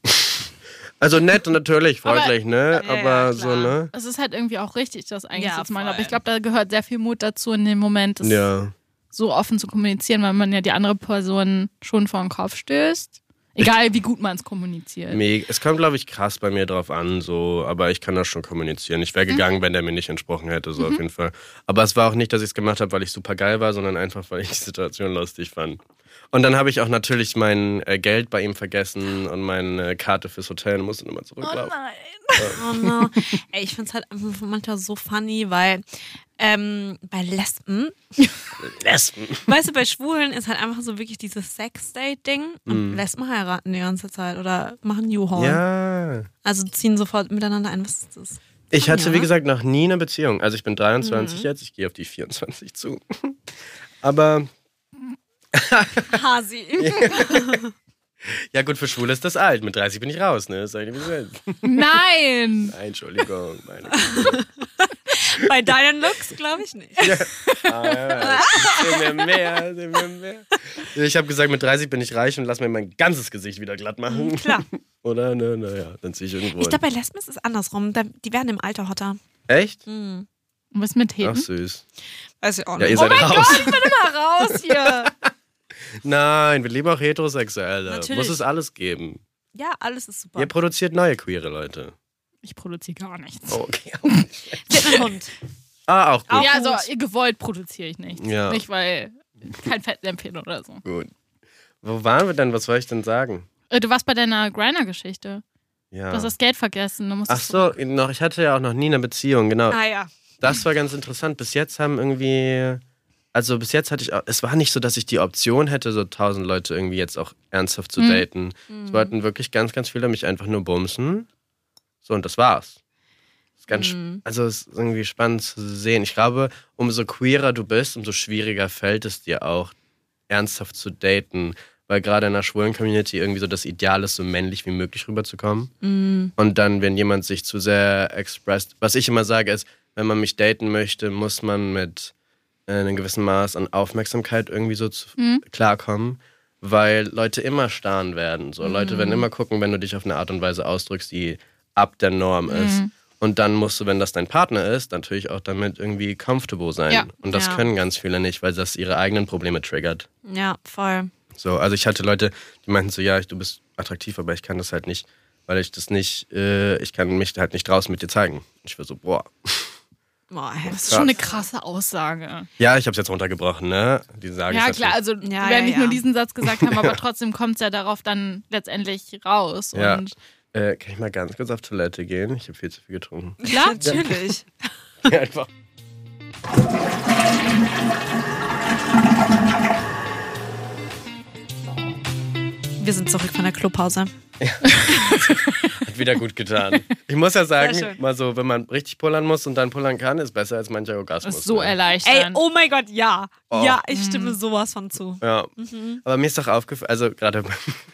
Speaker 2: (laughs) also nett und natürlich,
Speaker 1: Aber-
Speaker 2: freundlich, ne?
Speaker 5: Ja, ja,
Speaker 2: Aber so,
Speaker 5: klar.
Speaker 2: ne?
Speaker 1: Es ist halt irgendwie auch richtig, das eigentlich
Speaker 5: Ja,
Speaker 1: so zu machen.
Speaker 5: voll.
Speaker 1: Aber ich glaube, da gehört sehr viel Mut dazu, in dem Moment das
Speaker 2: Ja.
Speaker 1: so offen zu kommunizieren, weil man ja die andere Person schon vor den Kopf stößt. Egal, wie gut man es
Speaker 5: äh,
Speaker 1: kommuniziert.
Speaker 2: Mega. Es kommt, glaube ich, krass bei mir drauf an, so, aber ich kann das schon kommunizieren. Ich
Speaker 5: Mhm.
Speaker 2: wäre gegangen, wenn der mir nicht entsprochen hätte, so auf jeden Fall. Aber es war auch nicht, dass ich es gemacht habe, weil ich super geil war, sondern einfach, weil ich die Situation lustig fand. Und dann habe ich auch natürlich mein äh, Geld bei ihm vergessen und meine äh, Karte fürs Hotel und musste nochmal zurücklaufen.
Speaker 5: Oh
Speaker 2: (laughs)
Speaker 5: no. Ey, ich find's halt einfach manchmal so funny, weil ähm, bei Lesben,
Speaker 2: Lesben.
Speaker 5: weißt du, bei Schwulen ist halt einfach so wirklich dieses Sex-Date-Ding und Lesben heiraten die ganze Zeit oder machen U-Haul.
Speaker 2: Mhm. Ja.
Speaker 5: Also ziehen sofort miteinander ein. Was ist
Speaker 2: (laughs)
Speaker 5: das?
Speaker 2: Ich hatte,
Speaker 5: Ja. Mhm.
Speaker 2: wie gesagt, noch nie eine Beziehung. Also ich bin 23 jetzt, ich gehe auf die 24 zu. (laughs) Aber
Speaker 5: Hasi.
Speaker 2: ja gut, für Schwule ist das alt. Mit 30 bin ich raus, ne? Sag ich dir, wie es ist.
Speaker 1: Nein!
Speaker 2: Nein, Entschuldigung. Meine Güte.
Speaker 5: bei deinen Looks glaube ich nicht.
Speaker 2: Ah, sehen wir mehr, sehen wir mehr. Ich habe gesagt, mit 30 bin ich reich und lass mir mein ganzes Gesicht wieder glatt machen.
Speaker 5: Hm, Klar.
Speaker 2: Oder? Ne, naja, dann ziehe ich irgendwo.
Speaker 5: Ich
Speaker 2: hin.
Speaker 5: glaube, bei Lesben ist es andersrum. Da- Die werden im Alter hotter.
Speaker 2: Echt?
Speaker 1: Und was mit
Speaker 2: Ach
Speaker 1: Heben?
Speaker 2: süß.
Speaker 5: Hm. Oh Weiß ich auch
Speaker 2: Ja,
Speaker 5: nicht.
Speaker 2: ihr seid raus.
Speaker 1: Immer raus hier!
Speaker 2: Nein, wir lieben auch Heterosexuelle.
Speaker 5: Natürlich.
Speaker 2: Muss es alles geben.
Speaker 5: ja, alles ist super.
Speaker 2: Ihr produziert neue queere Leute.
Speaker 1: (laughs) Ich produziere gar nichts.
Speaker 5: Oh.
Speaker 2: (laughs) Okay.
Speaker 5: Sie hat einen Hund.
Speaker 2: Ah, auch gut.
Speaker 5: Auch
Speaker 1: ja,
Speaker 5: gut.
Speaker 1: also gewollt produziere ich nichts.
Speaker 2: Ja.
Speaker 1: Nicht, weil kein Fettnäpfchen oder so.
Speaker 2: Gut. Wo waren wir denn? Was soll ich denn sagen?
Speaker 1: Äh, Du warst bei deiner Griner-Geschichte.
Speaker 2: Ja.
Speaker 1: Du hast das Geld vergessen. Du musst
Speaker 2: Ach
Speaker 1: es-
Speaker 2: so, noch, ich hatte ja auch noch nie eine Beziehung, genau.
Speaker 5: Ah (laughs) ja.
Speaker 2: Das war ganz interessant. Bis jetzt haben irgendwie, also bis jetzt hatte ich, auch, es war nicht so, dass ich die Option hätte, so tausend Leute irgendwie jetzt auch ernsthaft zu daten. Es wollten wirklich ganz, ganz viele mich einfach nur bumsen. So, und das war's. Ist ganz, sp- Also es ist irgendwie spannend zu sehen. Ich glaube, umso queerer du bist, umso schwieriger fällt es dir auch, ernsthaft zu daten. Weil gerade in der schwulen Community irgendwie so das Ideal ist, so männlich wie möglich rüberzukommen. Und dann, wenn jemand sich zu sehr expresst, was ich immer sage, ist, wenn man mich daten möchte, muss man mit äh, einem gewissen Maß an Aufmerksamkeit irgendwie so zu, klarkommen, weil Leute immer starren werden. So. Leute werden immer gucken, wenn du dich auf eine Art und Weise ausdrückst, die ab der Norm ist. Und dann musst du, wenn das dein Partner ist, natürlich auch damit irgendwie comfortable sein.
Speaker 1: Ja.
Speaker 2: Und das
Speaker 5: Ja.
Speaker 2: können ganz viele nicht, weil das ihre eigenen Probleme triggert.
Speaker 5: Ja, voll.
Speaker 2: So, also ich hatte Leute, die meinten so, ja, ich- du bist attraktiv, aber ich kann das halt nicht, weil ich das nicht, äh, ich kann mich halt nicht draußen mit dir zeigen. Ich war so, boah.
Speaker 5: Boah, ey,
Speaker 1: Das ist schon eine krasse Aussage.
Speaker 2: Ja, ich hab's jetzt runtergebrochen, ne? Die sagen
Speaker 1: Ja,
Speaker 2: es
Speaker 1: klar,
Speaker 2: natürlich.
Speaker 1: also wir
Speaker 5: Ja,
Speaker 1: werden
Speaker 5: ja,
Speaker 1: nicht nur
Speaker 5: ja.
Speaker 1: diesen Satz gesagt haben,
Speaker 2: (laughs)
Speaker 1: aber trotzdem kommt es ja darauf dann letztendlich raus.
Speaker 2: Ja.
Speaker 1: Und
Speaker 2: Äh, kann ich mal ganz kurz auf Toilette gehen? Ich habe viel zu viel getrunken. (laughs)
Speaker 1: klar,
Speaker 5: Natürlich.
Speaker 2: Einfach.
Speaker 5: Wir sind zurück von der Klopause.
Speaker 2: Hat wieder gut getan. (laughs) Ich muss ja sagen,
Speaker 5: schön.
Speaker 2: mal so, wenn man richtig pullern muss und dann pullern kann, ist besser als mancher
Speaker 1: das
Speaker 2: Orgasmus.
Speaker 1: ist so
Speaker 2: ne?
Speaker 5: Ey,
Speaker 1: erleichternd.
Speaker 5: oh mein Gott, ja.
Speaker 2: Oh.
Speaker 5: Ja, ich stimme sowas von zu.
Speaker 2: Ja.
Speaker 1: Mhm.
Speaker 2: Aber mir ist doch aufgefallen, also gerade (laughs) beim-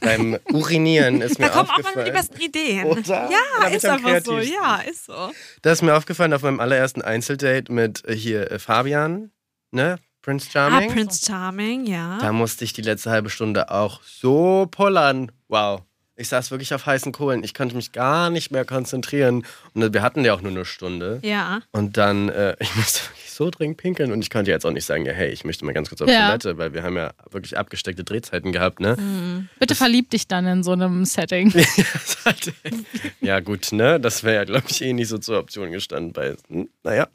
Speaker 2: beim Urinieren ist mir
Speaker 5: Da kommen auch
Speaker 2: aufgefallen.
Speaker 5: manchmal die besten Ideen.
Speaker 2: Oder? Da
Speaker 5: Ja,
Speaker 2: bin
Speaker 5: ist
Speaker 2: ich am
Speaker 5: einfach so.
Speaker 2: kreativsten.
Speaker 5: Ja, ist so.
Speaker 2: Das ist mir aufgefallen auf meinem allerersten Einzeldate mit äh, hier äh, Fabian, ne? Prince Charming.
Speaker 5: Ah, Prince Charming, ja.
Speaker 2: Da musste ich die letzte halbe Stunde auch so pullern. Wow. Ich saß wirklich auf heißen Kohlen. Ich konnte mich gar nicht mehr konzentrieren. Und wir hatten ja auch nur eine Stunde.
Speaker 5: Ja.
Speaker 2: Und dann, äh, (laughs) ich musste wirklich so dringend pinkeln. Und ich konnte jetzt auch nicht sagen, ja, hey, ich möchte mal ganz kurz auf
Speaker 1: Ja.
Speaker 2: Toilette, weil wir haben ja wirklich abgesteckte Drehzeiten gehabt,
Speaker 5: Mhm.
Speaker 2: ne?
Speaker 1: Bitte verlieb dich dann in so einem Setting.
Speaker 2: Das hat- (laughs) ja, gut, ne? Das wäre ja, glaube ich, eh nicht so zur Option gestanden bei. Hm,
Speaker 1: (laughs)
Speaker 2: naja.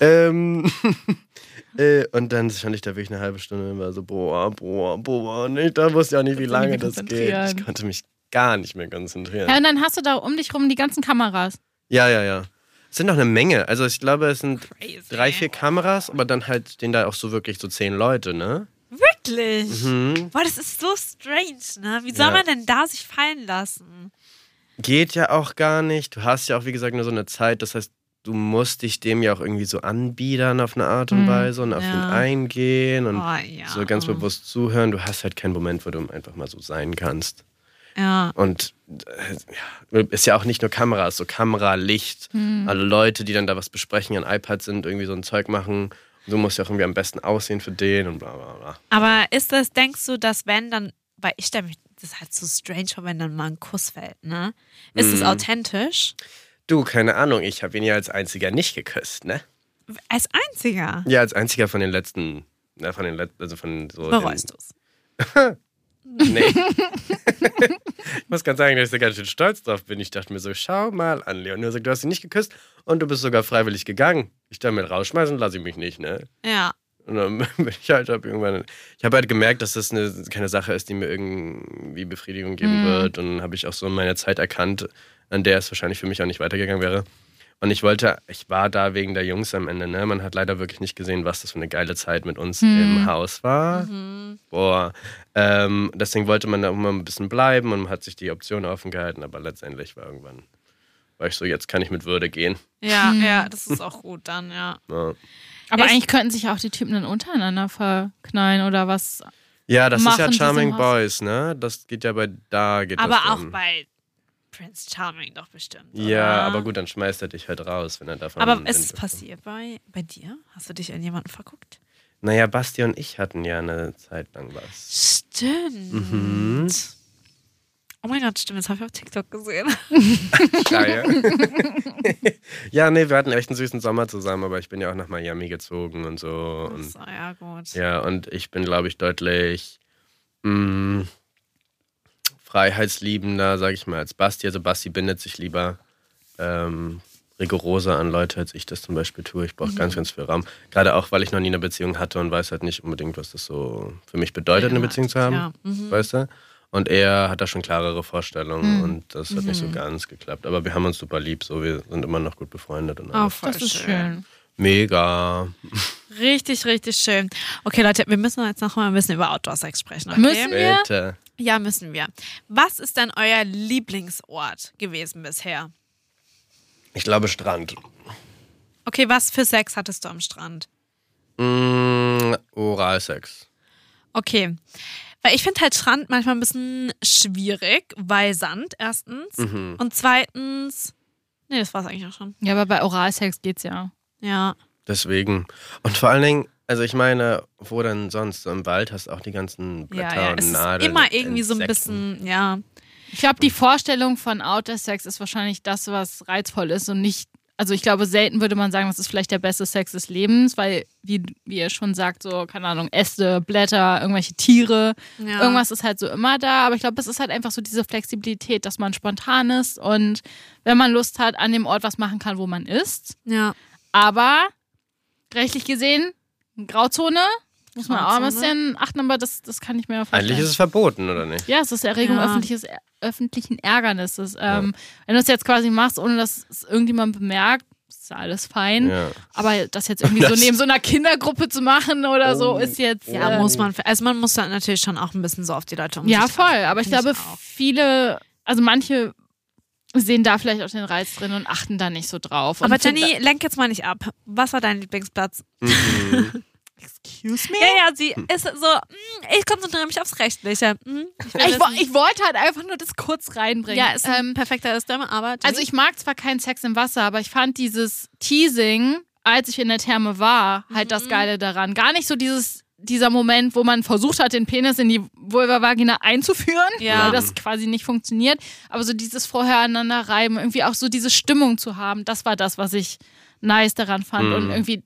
Speaker 2: ähm, (laughs) äh, und dann stand ich da wirklich eine halbe Stunde und war so, boah, boah, boah. Und ich da wusste ja auch nicht,
Speaker 1: Kannst
Speaker 2: wie
Speaker 1: du
Speaker 2: lange
Speaker 1: nicht
Speaker 2: das geht.
Speaker 1: konzentrieren.
Speaker 2: Ich konnte mich gar nicht mehr
Speaker 1: Ja,
Speaker 2: konzentrieren.
Speaker 1: und dann hast du da um dich rum die ganzen Kameras.
Speaker 2: Ja, ja, ja. Es sind noch eine Menge. Also ich glaube, es sind
Speaker 5: Crazy.
Speaker 2: drei, vier Kameras, aber dann halt stehen da auch so wirklich so zehn Leute, ne? Mhm.
Speaker 5: Wirklich? Boah, das ist so strange, ne? Wie soll
Speaker 2: Ja.
Speaker 5: man denn da sich fallen lassen?
Speaker 2: Geht ja auch gar nicht. Du hast ja auch, wie gesagt, nur so eine Zeit. Das heißt, du musst dich dem ja auch irgendwie so anbiedern auf eine Art und Weise und auf ihn
Speaker 5: Mhm. ja.
Speaker 2: eingehen und
Speaker 5: Boah, ja. Mhm.
Speaker 2: so ganz bewusst zuhören. Du hast halt keinen Moment, wo du einfach mal so sein kannst.
Speaker 5: Ja.
Speaker 2: Und äh, ja, ist ja auch nicht nur Kameras, so Kamera, Licht,
Speaker 5: Mhm.
Speaker 2: alle Leute, die dann da was besprechen, an iPad sind, irgendwie so ein Zeug machen. Und du musst ja auch irgendwie am besten aussehen für den und bla bla bla.
Speaker 5: Aber ist das, denkst du, dass wenn dann, weil ich stelle mich das halt so strange vor, wenn dann mal ein Kuss fällt, ne? Ist
Speaker 2: Mhm.
Speaker 5: es authentisch?
Speaker 2: Du, keine Ahnung, ich habe ihn ja als einziger nicht geküsst, ne?
Speaker 5: Als einziger.
Speaker 2: Ja, als einziger von den letzten, na, von den letzten, also von so. den,
Speaker 5: Bereust du es?
Speaker 2: Nee. ich muss ganz sagen, dass (laughs) ich da ganz schön stolz drauf bin. Ich dachte mir so, schau mal an, Leonor sagt, du hast ihn nicht geküsst und du bist sogar freiwillig gegangen. Ich damit rausschmeißen lasse ich mich nicht, ne?
Speaker 5: Ja.
Speaker 2: Und dann (laughs) bin ich halt hab irgendwann. Ich habe halt gemerkt, dass das eine, keine Sache ist, die mir irgendwie Befriedigung geben wird. Und habe ich auch so in meiner Zeit erkannt, an der es wahrscheinlich für mich auch nicht weitergegangen wäre. Und ich wollte, ich war da wegen der Jungs am Ende, ne? Man hat leider wirklich nicht gesehen, was das für eine geile Zeit mit uns im Haus war. Boah. Ähm, deswegen wollte man da immer ein bisschen bleiben und hat sich die Option offen gehalten, aber letztendlich war irgendwann, war ich so, jetzt kann ich mit Würde gehen.
Speaker 5: Ja,
Speaker 1: Hm.
Speaker 5: ja, das ist auch gut dann, ja.
Speaker 2: Ja,
Speaker 1: Aber
Speaker 5: Echt?
Speaker 1: eigentlich könnten sich ja auch die Typen dann untereinander verknallen oder was.
Speaker 2: ja das
Speaker 1: Machen
Speaker 2: ist ja
Speaker 1: Sie
Speaker 2: Charming
Speaker 1: sowas?
Speaker 2: Boys, ne? Das geht ja bei da geht das
Speaker 5: Aber auch
Speaker 2: dann.
Speaker 5: bei Prince Charming doch bestimmt.
Speaker 2: Ja,
Speaker 5: oder?
Speaker 2: aber gut, dann schmeißt er dich halt raus, wenn er davon.
Speaker 5: Ah. Aber
Speaker 2: wenn
Speaker 5: ist es
Speaker 2: du-
Speaker 5: passiert bei, bei dir? Hast du dich an jemanden verguckt?
Speaker 2: Naja, Basti und ich hatten ja eine Zeit lang was.
Speaker 5: Stimmt.
Speaker 2: Mhm.
Speaker 5: Oh mein Gott, stimmt, das habe ich auf TikTok gesehen.
Speaker 2: Ja, ja. (laughs) ja, nee, wir hatten echt einen süßen Sommer zusammen, aber ich bin ja auch nach Miami gezogen und so. Und,
Speaker 5: (laughs) So, ja, gut.
Speaker 2: ja, und ich bin, glaube ich, deutlich mm, freiheitsliebender, sage ich mal, als Basti. Also Basti bindet sich lieber ähm, rigoroser an Leute, als ich das zum Beispiel tue. Ich
Speaker 5: Mhm.
Speaker 2: brauche ganz, ganz viel Raum. Gerade auch, weil ich noch nie eine Beziehung hatte und weiß halt nicht unbedingt, was das so für mich bedeutet, eine
Speaker 5: Ja,
Speaker 2: Beziehung zu haben.
Speaker 5: ja, mhm.
Speaker 2: Weißt du? Und er hat da schon klarere Vorstellungen und das hat
Speaker 5: Mhm.
Speaker 2: nicht so ganz geklappt. Aber wir haben uns super lieb, so wir sind immer noch gut befreundet und
Speaker 5: Oh,
Speaker 2: alles.
Speaker 5: voll
Speaker 1: Das ist schön.
Speaker 2: Mega.
Speaker 5: Richtig, richtig schön. Okay, Leute, wir müssen jetzt noch mal ein bisschen über Outdoor-Sex sprechen. Okay?
Speaker 1: Müssen wir?
Speaker 2: Bitte.
Speaker 5: Ja, müssen wir. Was ist denn euer Lieblingsort gewesen bisher?
Speaker 2: Ich glaube Strand.
Speaker 5: Okay, was für Sex hattest du am Strand?
Speaker 2: Mm, Oralsex.
Speaker 5: Okay. Weil ich finde halt Strand manchmal ein bisschen schwierig, weil Sand erstens.
Speaker 1: Mhm.
Speaker 5: Und zweitens. Nee, das war's eigentlich auch schon.
Speaker 1: Ja, aber bei Oralsex geht's ja.
Speaker 5: Ja.
Speaker 2: Deswegen. Und vor allen Dingen, also ich meine, wo denn sonst? So Im Wald hast du auch die ganzen
Speaker 5: Ja,
Speaker 2: Blätter
Speaker 5: ja.
Speaker 2: und
Speaker 5: Es ist
Speaker 2: Nadeln.
Speaker 5: immer
Speaker 2: und
Speaker 5: irgendwie so ein
Speaker 2: Insekten.
Speaker 5: bisschen, ja.
Speaker 1: Ich glaube, die Vorstellung von Outdoor-Sex ist wahrscheinlich das, was reizvoll ist und nicht. Also ich glaube, selten würde man sagen, das ist vielleicht der beste Sex des Lebens, weil, wie, wie ihr schon sagt, so, keine Ahnung, Äste, Blätter, irgendwelche Tiere,
Speaker 5: ja.
Speaker 1: irgendwas ist halt so immer da. Aber ich glaube, es ist halt einfach so diese Flexibilität, dass man spontan ist und wenn man Lust hat, an dem Ort was machen kann, wo man ist.
Speaker 5: Ja.
Speaker 1: Aber rechtlich gesehen, Grauzone, muss man auch ein
Speaker 5: Grauzone.
Speaker 1: bisschen achten, aber das, das kann ich mir vorstellen.
Speaker 2: Eigentlich ist es verboten, oder nicht?
Speaker 1: ja, es ist Erregung
Speaker 5: Ja.
Speaker 1: öffentliches, äh, öffentlichen Ärgernisses. Ähm, Wenn du es jetzt quasi machst, ohne dass es irgendjemand bemerkt, ist ja alles fein.
Speaker 2: Ja.
Speaker 1: Aber das jetzt irgendwie so
Speaker 2: Das-
Speaker 1: neben so einer Kindergruppe zu machen oder so,
Speaker 2: Oh,
Speaker 1: ist jetzt.
Speaker 5: Ja,
Speaker 1: äh,
Speaker 5: muss man. Also man muss da natürlich schon auch ein bisschen so auf die Leute um
Speaker 1: ja
Speaker 5: sich
Speaker 1: voll.
Speaker 5: achten,
Speaker 1: Aber ich
Speaker 5: finde
Speaker 1: glaube,
Speaker 5: auch.
Speaker 1: viele, also manche sehen da vielleicht auch den Reiz drin und achten da nicht so drauf.
Speaker 5: Aber
Speaker 1: und finden-
Speaker 5: Jenny, lenk jetzt mal nicht ab. Was war dein Lieblingsplatz?
Speaker 2: Mhm.
Speaker 1: excuse me?
Speaker 5: Ja, ja, sie ist so, mm, ich konzentriere mich aufs Rechtliche. Mm, will
Speaker 1: Ich, wo-
Speaker 5: wissen-
Speaker 1: ich wollte halt einfach nur das kurz reinbringen.
Speaker 5: ja, ist ein
Speaker 1: Ähm,
Speaker 5: perfekter Stimme, aber Jenny?
Speaker 1: also ich mag zwar keinen Sex im Wasser, aber ich fand dieses Teasing, als ich in der Therme war, halt
Speaker 5: Mhm.
Speaker 1: das Geile daran. Gar nicht so dieses dieser Moment, wo man versucht hat, den Penis in die Vulva-Vagina einzuführen,
Speaker 5: Ja.
Speaker 1: weil das quasi nicht funktioniert. Aber so dieses vorher aneinander reiben, irgendwie auch so diese Stimmung zu haben, das war das, was ich nice daran fand
Speaker 2: Mhm.
Speaker 1: und irgendwie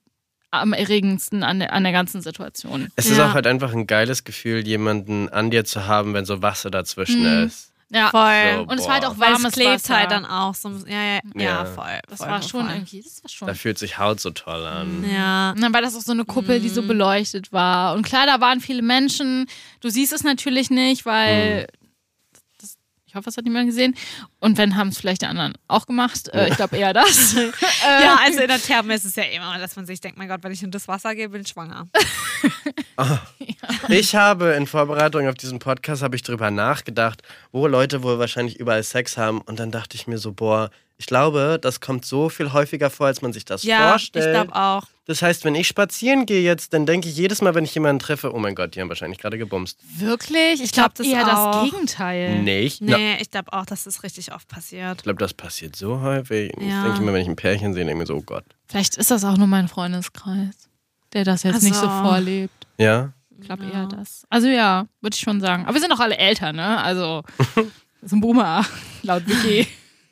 Speaker 1: am erregendsten an der, an der ganzen Situation.
Speaker 2: Es ist
Speaker 5: Ja.
Speaker 2: auch halt einfach ein geiles Gefühl, jemanden an dir zu haben, wenn so Wasser dazwischen
Speaker 1: Mhm.
Speaker 2: ist.
Speaker 1: Ja,
Speaker 5: voll. Oh,
Speaker 2: So.
Speaker 1: und es war halt
Speaker 2: Boah.
Speaker 1: auch
Speaker 5: Weil es
Speaker 1: warmes
Speaker 5: klebt
Speaker 1: Wasser.
Speaker 5: halt dann auch so. Ja, ja, ja,
Speaker 2: Ja.
Speaker 5: voll.
Speaker 1: das
Speaker 5: voll,
Speaker 1: war
Speaker 5: voll,
Speaker 1: schon
Speaker 5: voll. Mhm.
Speaker 1: irgendwie, das war schon
Speaker 2: Da fühlt sich Haut so toll
Speaker 5: (laughs)
Speaker 2: an.
Speaker 1: (laughs)
Speaker 5: Ja.
Speaker 1: Und dann war das auch so eine Kuppel, die so beleuchtet war. Und klar, da waren viele Menschen. Du siehst es natürlich nicht, weil. Das, ich hoffe, es hat niemand gesehen. Und wenn, haben es vielleicht die anderen auch gemacht. Äh, ich glaube eher das. äh,
Speaker 5: Ja, also in der Therme ist es ja immer, dass man sich denkt, mein Gott, wenn ich in das Wasser gehe, bin ich schwanger.
Speaker 2: Ich habe in Vorbereitung auf diesen Podcast habe ich drüber nachgedacht, wo Leute wohl wahrscheinlich überall Sex haben und dann dachte ich mir so, boah, ich glaube, das kommt so viel häufiger vor, als man sich das
Speaker 5: Ja,
Speaker 2: vorstellt.
Speaker 5: ich glaube auch.
Speaker 2: Das heißt, wenn ich spazieren gehe jetzt, dann denke ich jedes Mal, wenn ich jemanden treffe, oh mein Gott, die haben wahrscheinlich gerade gebumst.
Speaker 1: Wirklich? Ich
Speaker 5: glaub,
Speaker 1: glaube,
Speaker 5: das
Speaker 1: das eher
Speaker 5: auch.
Speaker 1: das Gegenteil.
Speaker 2: Nicht? Na,
Speaker 5: Äh, Nee, ich glaube auch, dass das richtig oft passiert.
Speaker 2: ich glaube, das passiert so häufig.
Speaker 5: Ja.
Speaker 2: Ich denke immer, wenn ich ein Pärchen sehe, denke ich mir so, oh Gott.
Speaker 1: Vielleicht ist das auch nur mein Freundeskreis, der das jetzt
Speaker 5: Ach so.
Speaker 1: nicht so vorlebt.
Speaker 2: Ja?
Speaker 1: Ich glaube eher das. Also ja, würde ich schon sagen. Aber wir sind auch alle älter, ne? Also, das ist ein Boomer, laut Wiki.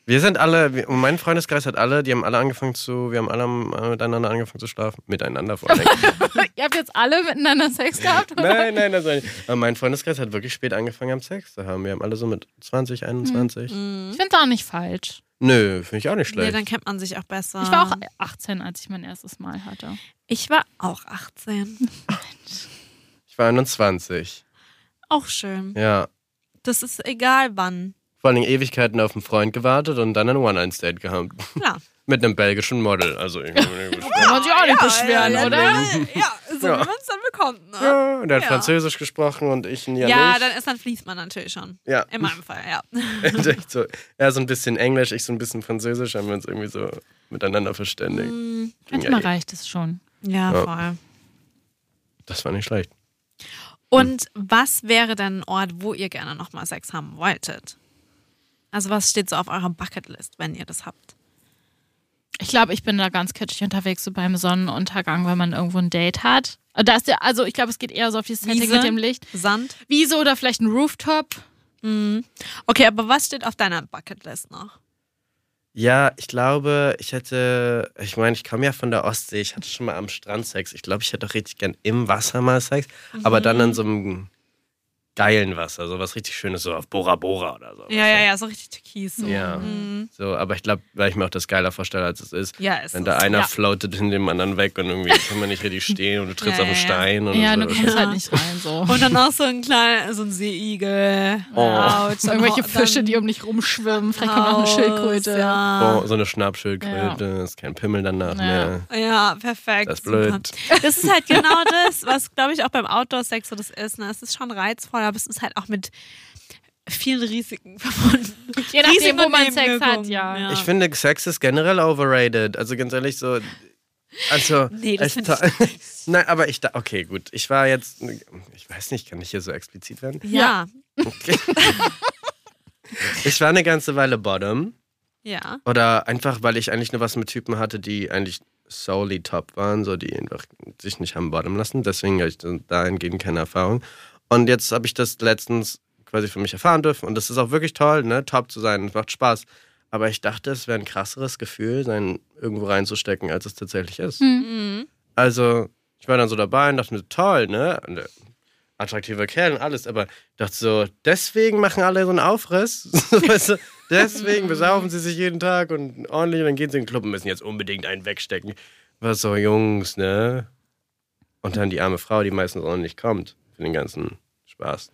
Speaker 2: Wir sind alle, wir, mein Freundeskreis hat alle, die haben alle angefangen zu, wir haben alle äh, miteinander angefangen zu schlafen. Miteinander vor
Speaker 5: (laughs)
Speaker 2: allem.
Speaker 1: Ihr habt jetzt alle miteinander Sex gehabt?
Speaker 2: Nein, nein, das war nicht. Aber mein Freundeskreis
Speaker 5: Hm.
Speaker 2: hat wirklich spät angefangen, am Sex zu haben. Wir haben alle so mit 20, 21.
Speaker 1: Ich finde es auch nicht falsch.
Speaker 2: Nö, finde ich auch nicht
Speaker 5: Nee,
Speaker 2: schlecht.
Speaker 5: dann kennt man sich auch besser.
Speaker 1: Ich war auch 18, als ich mein erstes Mal hatte.
Speaker 5: ich war auch 18.
Speaker 2: ich war 21.
Speaker 5: Auch schön.
Speaker 2: Ja.
Speaker 5: Das ist egal wann.
Speaker 2: Vor allen Dingen Ewigkeiten auf einen Freund gewartet und dann ein One-Night-Stand gehabt.
Speaker 5: Klar.
Speaker 2: Mit einem belgischen Model. Also
Speaker 5: (laughs)
Speaker 2: irgendwie.
Speaker 1: Kann man sich auch nicht beschweren,
Speaker 5: ja,
Speaker 1: oder?
Speaker 5: (laughs) Ja, so
Speaker 2: Ja.
Speaker 5: wie man es dann bekommt. Ne?
Speaker 2: ja, und er hat
Speaker 5: Ja.
Speaker 2: Französisch gesprochen und ich ja,
Speaker 5: Ja,
Speaker 2: nicht.
Speaker 5: dann, ist, dann fließt man natürlich schon.
Speaker 2: ja.
Speaker 5: In meinem Fall, ja.
Speaker 2: (laughs) Und echt so, er so ein bisschen Englisch, ich so ein bisschen Französisch, haben wir uns irgendwie so miteinander verständigt.
Speaker 5: Hm,
Speaker 2: Ging ja
Speaker 1: Manchmal
Speaker 2: eh.
Speaker 1: reicht es schon.
Speaker 5: (laughs) Ja,
Speaker 2: Ja.
Speaker 5: voll.
Speaker 2: Das war nicht schlecht.
Speaker 5: Und was wäre denn ein Ort, wo ihr gerne nochmal Sex haben wolltet? Also was steht so auf eurer Bucketlist, wenn ihr das habt?
Speaker 1: Ich glaube, ich bin da ganz kitschig unterwegs, so beim Sonnenuntergang, wenn man irgendwo ein Date hat. Da ist der, also ich glaube, es geht eher so auf dieses Setting
Speaker 5: Wiese?
Speaker 1: mit dem Licht.
Speaker 5: Sand?
Speaker 1: Wiese oder vielleicht ein Rooftop.
Speaker 5: Okay, aber was steht auf deiner Bucketlist noch?
Speaker 2: Ja, ich glaube, ich hätte, ich meine, ich komme ja von der Ostsee, ich hatte schon mal am Strand Sex. Ich glaube, ich hätte auch richtig gern im Wasser mal Sex, aber
Speaker 5: Mhm.
Speaker 2: dann in so einem geilen Wasser, so was richtig Schönes, so auf Bora Bora oder so.
Speaker 5: Ja, ja, ja, so richtig türkis. So.
Speaker 2: Oh, Ja.
Speaker 5: Mhm.
Speaker 2: So, aber ich glaube, weil ich mir auch das geiler vorstelle, als es ist.
Speaker 5: Ja, ist
Speaker 2: Wenn
Speaker 5: es.
Speaker 2: da einer
Speaker 5: Ja.
Speaker 2: floatet in dem anderen weg
Speaker 5: (laughs)
Speaker 2: und irgendwie kann man nicht richtig stehen und du trittst
Speaker 5: Ja,
Speaker 2: auf einen
Speaker 5: ja, ja.
Speaker 2: Stein und
Speaker 1: ja,
Speaker 2: so.
Speaker 1: du kommst
Speaker 5: Ja.
Speaker 1: halt nicht rein, so.
Speaker 5: Und dann auch so ein kleiner, so ein Seeigel.
Speaker 2: Oh.
Speaker 5: Autsch, dann-
Speaker 1: Irgendwelche
Speaker 5: dann-
Speaker 1: Fische, die um dich rumschwimmen. Vielleicht kommt auch eine
Speaker 5: Haus,
Speaker 1: Schildkröte.
Speaker 5: Ja.
Speaker 2: Oh, so eine Schnappschildkröte, ist kein Pimmel danach
Speaker 1: Ja.
Speaker 2: mehr.
Speaker 5: Ja, perfekt.
Speaker 2: Das ist blöd.
Speaker 5: Super. Das
Speaker 2: (laughs)
Speaker 5: ist halt genau das, was, glaube ich, auch beim Outdoor-Sex so das ist. Ne? Es ist schon reizvoll, aber es ist halt auch mit vielen Risiken (laughs) verbunden.
Speaker 1: Je nachdem,
Speaker 5: Risiken
Speaker 1: wo
Speaker 5: und
Speaker 1: man Sex hat,
Speaker 5: Nebenwirkungen.
Speaker 1: ja.
Speaker 5: Ja.
Speaker 2: Ich finde, Sex ist generell overrated. Also ganz ehrlich, so. Also,
Speaker 5: (laughs) Nee, das
Speaker 2: als
Speaker 5: find ich
Speaker 2: ta- (laughs) Nein, aber ich da. Okay, gut. Ich war jetzt. Ich weiß nicht, kann ich hier so explizit werden?
Speaker 5: Ja.
Speaker 2: Okay. ich war eine ganze Weile Bottom.
Speaker 5: Ja.
Speaker 2: Oder einfach, weil ich eigentlich nur was mit Typen hatte, die eigentlich solely top waren, so die einfach sich nicht haben bottom lassen. Deswegen habe ich da- dahingehend keine Erfahrung. Und jetzt habe ich das letztens quasi für mich erfahren dürfen. Und das ist auch wirklich toll, ne? Top zu sein. Es macht Spaß. Aber ich dachte, es wäre ein krasseres Gefühl, sein irgendwo reinzustecken, als es tatsächlich ist. Also, ich war dann so dabei und dachte mir, toll, ne? Und, äh, Attraktiver Kerl und alles, aber ich dachte so, deswegen machen alle so einen Aufriss. (laughs) weißt du? Deswegen besaufen sie sich jeden Tag und ordentlich und dann gehen sie in den Club und müssen jetzt unbedingt einen wegstecken. Was so, Jungs, ne? Und dann die arme Frau, die meistens auch nicht kommt für den ganzen Spaß.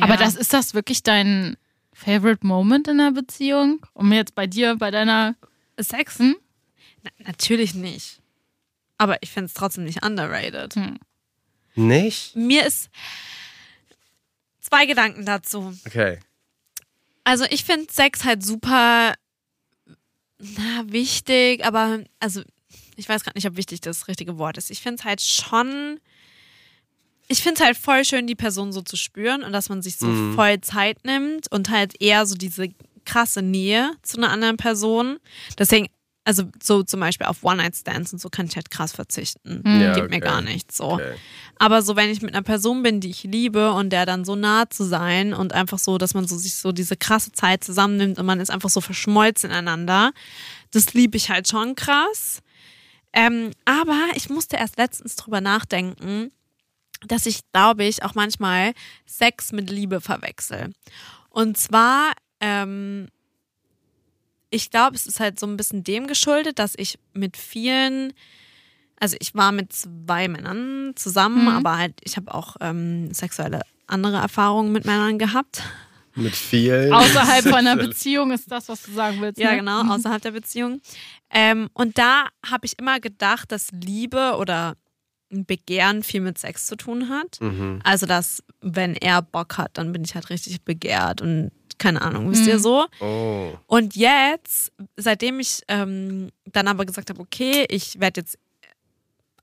Speaker 1: Aber
Speaker 5: Ja.
Speaker 1: das ist das wirklich dein favorite Moment in einer Beziehung? Um jetzt bei dir, bei deiner
Speaker 5: Sex?
Speaker 1: Hm?
Speaker 5: Na, natürlich nicht. Aber ich finde es trotzdem nicht underrated.
Speaker 1: Hm.
Speaker 2: Nicht?
Speaker 5: Mir ist zwei Gedanken dazu.
Speaker 2: Okay.
Speaker 5: Also ich finde Sex halt super na, wichtig, aber also ich weiß gerade nicht, ob wichtig das richtige Wort ist. Ich finde es halt schon. Ich finde es halt voll schön, die Person so zu spüren und dass man sich so
Speaker 2: Mhm.
Speaker 5: voll Zeit nimmt und halt eher so diese krasse Nähe zu einer anderen Person. Deswegen, also so zum Beispiel auf One-Night-Stands und so kann ich halt krass verzichten.
Speaker 2: Ja,
Speaker 5: Gibt
Speaker 2: okay.
Speaker 5: mir gar nichts so.
Speaker 2: okay.
Speaker 5: Aber so, wenn ich mit einer Person bin, die ich liebe und der dann so nah zu sein und einfach so, dass man so sich so diese krasse Zeit zusammennimmt und man ist einfach so verschmolzen ineinander, das liebe ich halt schon krass. Ähm, aber ich musste erst letztens drüber nachdenken, dass ich, glaube ich, auch manchmal Sex mit Liebe verwechsel. Und zwar, ähm, ich glaube, es ist halt so ein bisschen dem geschuldet, dass ich mit vielen also ich war mit zwei Männern zusammen,
Speaker 1: Mhm.
Speaker 5: aber halt, ich habe auch ähm, sexuelle andere Erfahrungen mit Männern gehabt.
Speaker 2: Mit vielen. (laughs)
Speaker 1: außerhalb von einer Beziehung ist das, was du sagen willst.
Speaker 5: Ja,
Speaker 1: ne?
Speaker 5: genau, außerhalb der Beziehung. Ähm, und da habe ich immer gedacht, dass Liebe oder ein Begehren viel mit Sex zu tun hat.
Speaker 2: Mhm.
Speaker 5: Also, dass wenn er Bock hat, dann bin ich halt richtig begehrt und keine Ahnung, wisst ihr
Speaker 1: Mhm.
Speaker 5: so?
Speaker 2: Oh.
Speaker 5: Und jetzt, seitdem ich ähm, dann aber gesagt habe, okay, ich werde jetzt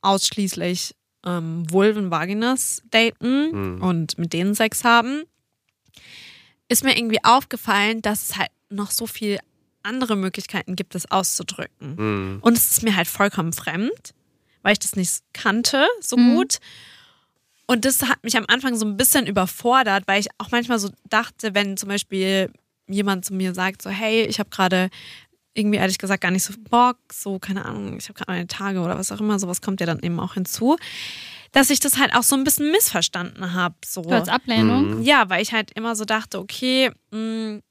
Speaker 5: ausschließlich ähm, Vulven Vaginas daten
Speaker 2: Mhm.
Speaker 5: und mit denen Sex haben, ist mir irgendwie aufgefallen, dass es halt noch so viel andere Möglichkeiten gibt, das auszudrücken.
Speaker 2: Mhm.
Speaker 5: Und es ist mir halt vollkommen fremd, weil ich das nicht kannte so
Speaker 1: Mhm.
Speaker 5: gut. Und das hat mich am Anfang so ein bisschen überfordert, weil ich auch manchmal so dachte, wenn zum Beispiel jemand zu mir sagt, so, hey, ich habe gerade irgendwie ehrlich gesagt gar nicht so Bock, so, keine Ahnung, ich habe gerade meine Tage oder was auch immer, sowas kommt ja dann eben auch hinzu, dass ich das halt auch so ein bisschen missverstanden habe. So.
Speaker 1: Du als Ablehnung.
Speaker 2: Mhm.
Speaker 5: Ja, weil ich halt immer so dachte, okay, mh, mm,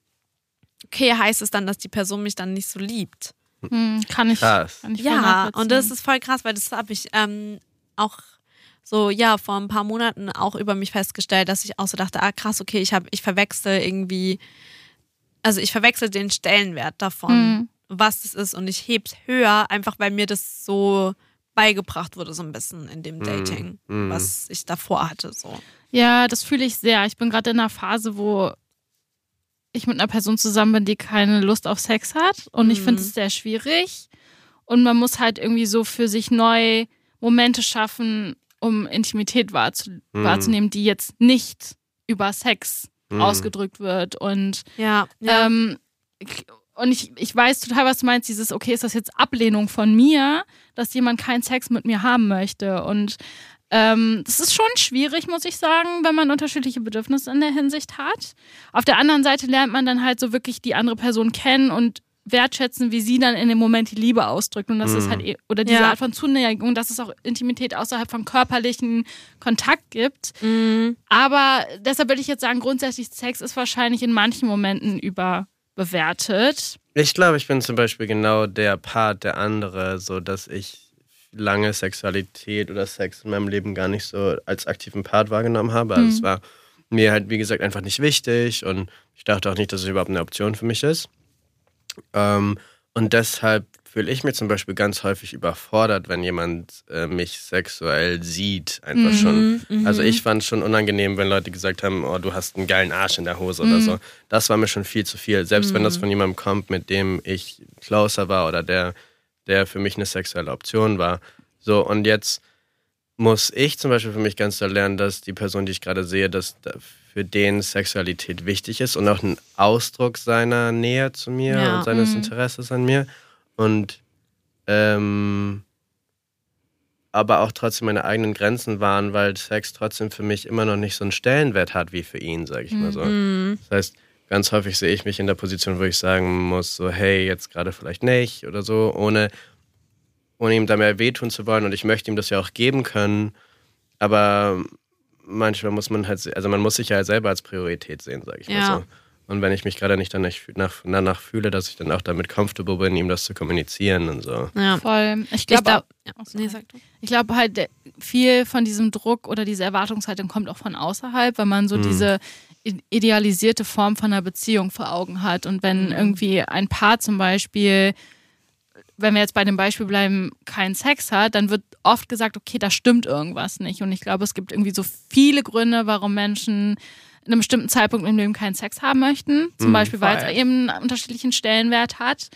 Speaker 5: okay, heißt es dann, dass die Person mich dann nicht so liebt.
Speaker 1: Hm, kann ich.
Speaker 2: Mhm. Krass.
Speaker 1: Kann ich voll
Speaker 5: Ja,
Speaker 1: nachvollziehen.
Speaker 5: und das ist voll krass, weil das habe ich ähm, auch so, ja, vor ein paar Monaten auch über mich festgestellt, dass ich auch so dachte, ah krass, okay, ich, hab, ich verwechsel irgendwie, also ich verwechsel den Stellenwert davon,
Speaker 1: Mhm.
Speaker 5: was es ist und ich heb's höher, einfach weil mir das so beigebracht wurde, so ein bisschen in dem Dating,
Speaker 2: Mhm.
Speaker 5: was ich davor hatte. So.
Speaker 1: Ja, das fühle ich sehr. Ich bin gerade in einer Phase, wo ich mit einer Person zusammen bin, die keine Lust auf Sex hat. Und ich
Speaker 5: Mhm.
Speaker 1: finde es sehr schwierig. Und man muss halt irgendwie so für sich neu Momente schaffen, um Intimität wahrzu
Speaker 2: Mhm.
Speaker 1: wahrzunehmen, die jetzt nicht über Sex
Speaker 2: Mhm.
Speaker 1: ausgedrückt wird. Und
Speaker 5: Ja,
Speaker 1: Ähm, k- und ich, ich weiß total, was du meinst, dieses, okay, ist das jetzt Ablehnung von mir, dass jemand keinen Sex mit mir haben möchte. Und ähm, das ist schon schwierig, muss ich sagen, wenn man unterschiedliche Bedürfnisse in der Hinsicht hat. Auf der anderen Seite lernt man dann halt so wirklich die andere Person kennen und wertschätzen, wie sie dann in dem Moment die Liebe ausdrückt. Und das ist
Speaker 2: Mhm.
Speaker 1: halt, eh- oder diese
Speaker 5: Ja.
Speaker 1: Art von Zuneigung, dass es auch Intimität außerhalb von körperlichen Kontakt gibt.
Speaker 5: Mhm.
Speaker 1: Aber deshalb würde ich jetzt sagen, grundsätzlich Sex ist wahrscheinlich in manchen Momenten überbewertet.
Speaker 2: Ich glaube, ich bin zum Beispiel genau der Part der andere, so dass ich lange Sexualität oder Sex in meinem Leben gar nicht so als aktiven Part wahrgenommen habe. Also es war mir halt, wie gesagt, einfach nicht wichtig und ich dachte auch nicht, dass es überhaupt eine Option für mich ist. Ähm, und deshalb fühle ich mich zum Beispiel ganz häufig überfordert, wenn jemand äh, mich sexuell sieht, einfach schon. Also ich fand es schon unangenehm, wenn Leute gesagt haben, oh, du hast einen geilen Arsch in der Hose oder so. Das war mir schon viel zu viel. Selbst wenn das von jemandem kommt, mit dem ich closer war oder der, der für mich eine sexuelle Option war. So, und jetzt muss ich zum Beispiel für mich ganz doll lernen, dass die Person, die ich gerade sehe, dass da- für den Sexualität wichtig ist und auch ein Ausdruck seiner Nähe zu mir
Speaker 5: Ja.
Speaker 2: und seines
Speaker 1: Mhm.
Speaker 2: Interesses an mir. Und ähm, aber auch trotzdem meine eigenen Grenzen wahren, weil Sex trotzdem für mich immer noch nicht so einen Stellenwert hat wie für ihn, sag ich mal so. Das heißt, ganz häufig sehe ich mich in der Position, wo ich sagen muss, so, hey, jetzt gerade vielleicht nicht oder so, ohne, ohne ihm da mehr wehtun zu wollen. Und ich möchte ihm das ja auch geben können. Aber manchmal muss man halt, se- also man muss sich ja halt selber als Priorität sehen, sag ich
Speaker 5: Ja.
Speaker 2: mal so. Und wenn ich mich gerade nicht danach, fü- nach, danach fühle, dass ich dann auch damit comfortable bin, ihm das zu kommunizieren und so.
Speaker 5: ja.
Speaker 1: Voll. Ich
Speaker 5: Ich
Speaker 1: glaube
Speaker 5: glaub,
Speaker 1: auch-
Speaker 5: nee, sag du.
Speaker 1: ich glaube halt, der- viel von diesem Druck oder diese Erwartungshaltung kommt auch von außerhalb, weil man so diese i- idealisierte Form von einer Beziehung vor Augen hat. Und wenn irgendwie ein Paar zum Beispiel, wenn wir jetzt bei dem Beispiel bleiben, keinen Sex hat, dann wird oft gesagt, okay, da stimmt irgendwas nicht. Und ich glaube, es gibt irgendwie so viele Gründe, warum Menschen in einem bestimmten Zeitpunkt im Leben keinen Sex haben möchten. Zum Beispiel, weil es
Speaker 2: voll.
Speaker 1: eben einen unterschiedlichen Stellenwert hat.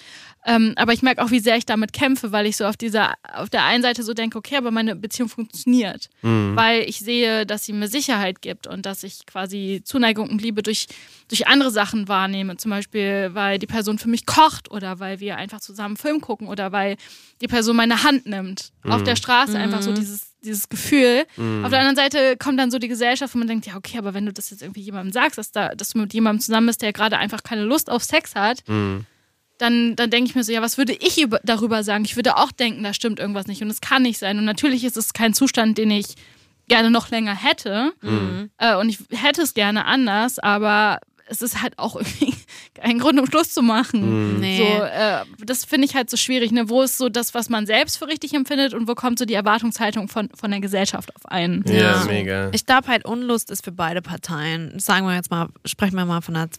Speaker 1: Ähm, aber ich merke auch, wie sehr ich damit kämpfe, weil ich so auf dieser, auf der einen Seite so denke, okay, aber meine Beziehung funktioniert. Weil ich sehe, dass sie mir Sicherheit gibt und dass ich quasi Zuneigung und Liebe durch, durch andere Sachen wahrnehme. Zum Beispiel, weil die Person für mich kocht oder weil wir einfach zusammen Film gucken oder weil die Person meine Hand nimmt. Auf der Straße einfach so dieses, dieses Gefühl. Auf der anderen Seite kommt dann so die Gesellschaft, wo man denkt, ja, okay, aber wenn du das jetzt irgendwie jemandem sagst, dass, da, dass du mit jemandem zusammen bist, der gerade einfach keine Lust auf Sex hat, dann, dann denke ich mir so, ja, was würde ich über, darüber sagen? Ich würde auch denken, da stimmt irgendwas nicht und es kann nicht sein. Und natürlich ist es kein Zustand, den ich gerne noch länger hätte. Äh, und ich hätte es gerne anders, aber es ist halt auch (laughs) irgendwie ein Grund, um Schluss zu machen.
Speaker 5: Nee.
Speaker 1: So, äh, das finde ich halt so schwierig. Ne? Wo ist so das, was man selbst für richtig empfindet und wo kommt so die Erwartungshaltung von, von der Gesellschaft auf einen?
Speaker 2: Ja,
Speaker 5: Ja.
Speaker 2: mega.
Speaker 5: ähm, Ich glaube halt, Unlust ist für beide Parteien. Sagen wir jetzt mal, sprechen wir mal von einer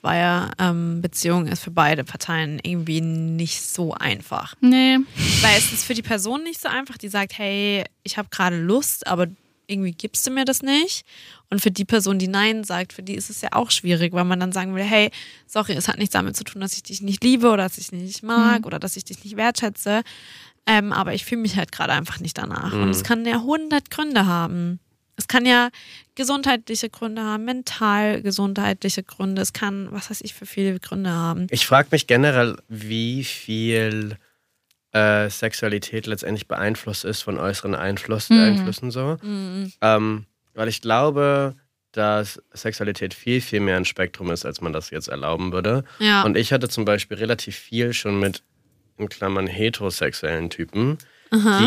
Speaker 5: Zweier-Beziehung, ist für beide Parteien irgendwie nicht so einfach.
Speaker 1: Nee.
Speaker 5: Weil es ist für die Person nicht so einfach, die sagt, hey, ich habe gerade Lust, aber irgendwie gibst du mir das nicht. Und für die Person, die Nein sagt, für die ist es ja auch schwierig, weil man dann sagen will, hey, sorry, es hat nichts damit zu tun, dass ich dich nicht liebe oder dass ich dich nicht mag oder dass ich dich nicht wertschätze. Ähm, aber ich fühle mich halt gerade einfach nicht danach. Und es kann ja hundert Gründe haben. Es kann ja gesundheitliche Gründe haben, mental gesundheitliche Gründe. Es kann, was weiß ich, für viele Gründe haben.
Speaker 2: Ich frage mich generell, wie viel äh, Sexualität letztendlich beeinflusst ist von äußeren Einfluss, Einflüssen so. Ähm, weil ich glaube, dass Sexualität viel, viel mehr ein Spektrum ist, als man das jetzt erlauben würde.
Speaker 5: Ja.
Speaker 2: Und ich hatte zum Beispiel relativ viel schon mit, in Klammern, heterosexuellen Typen,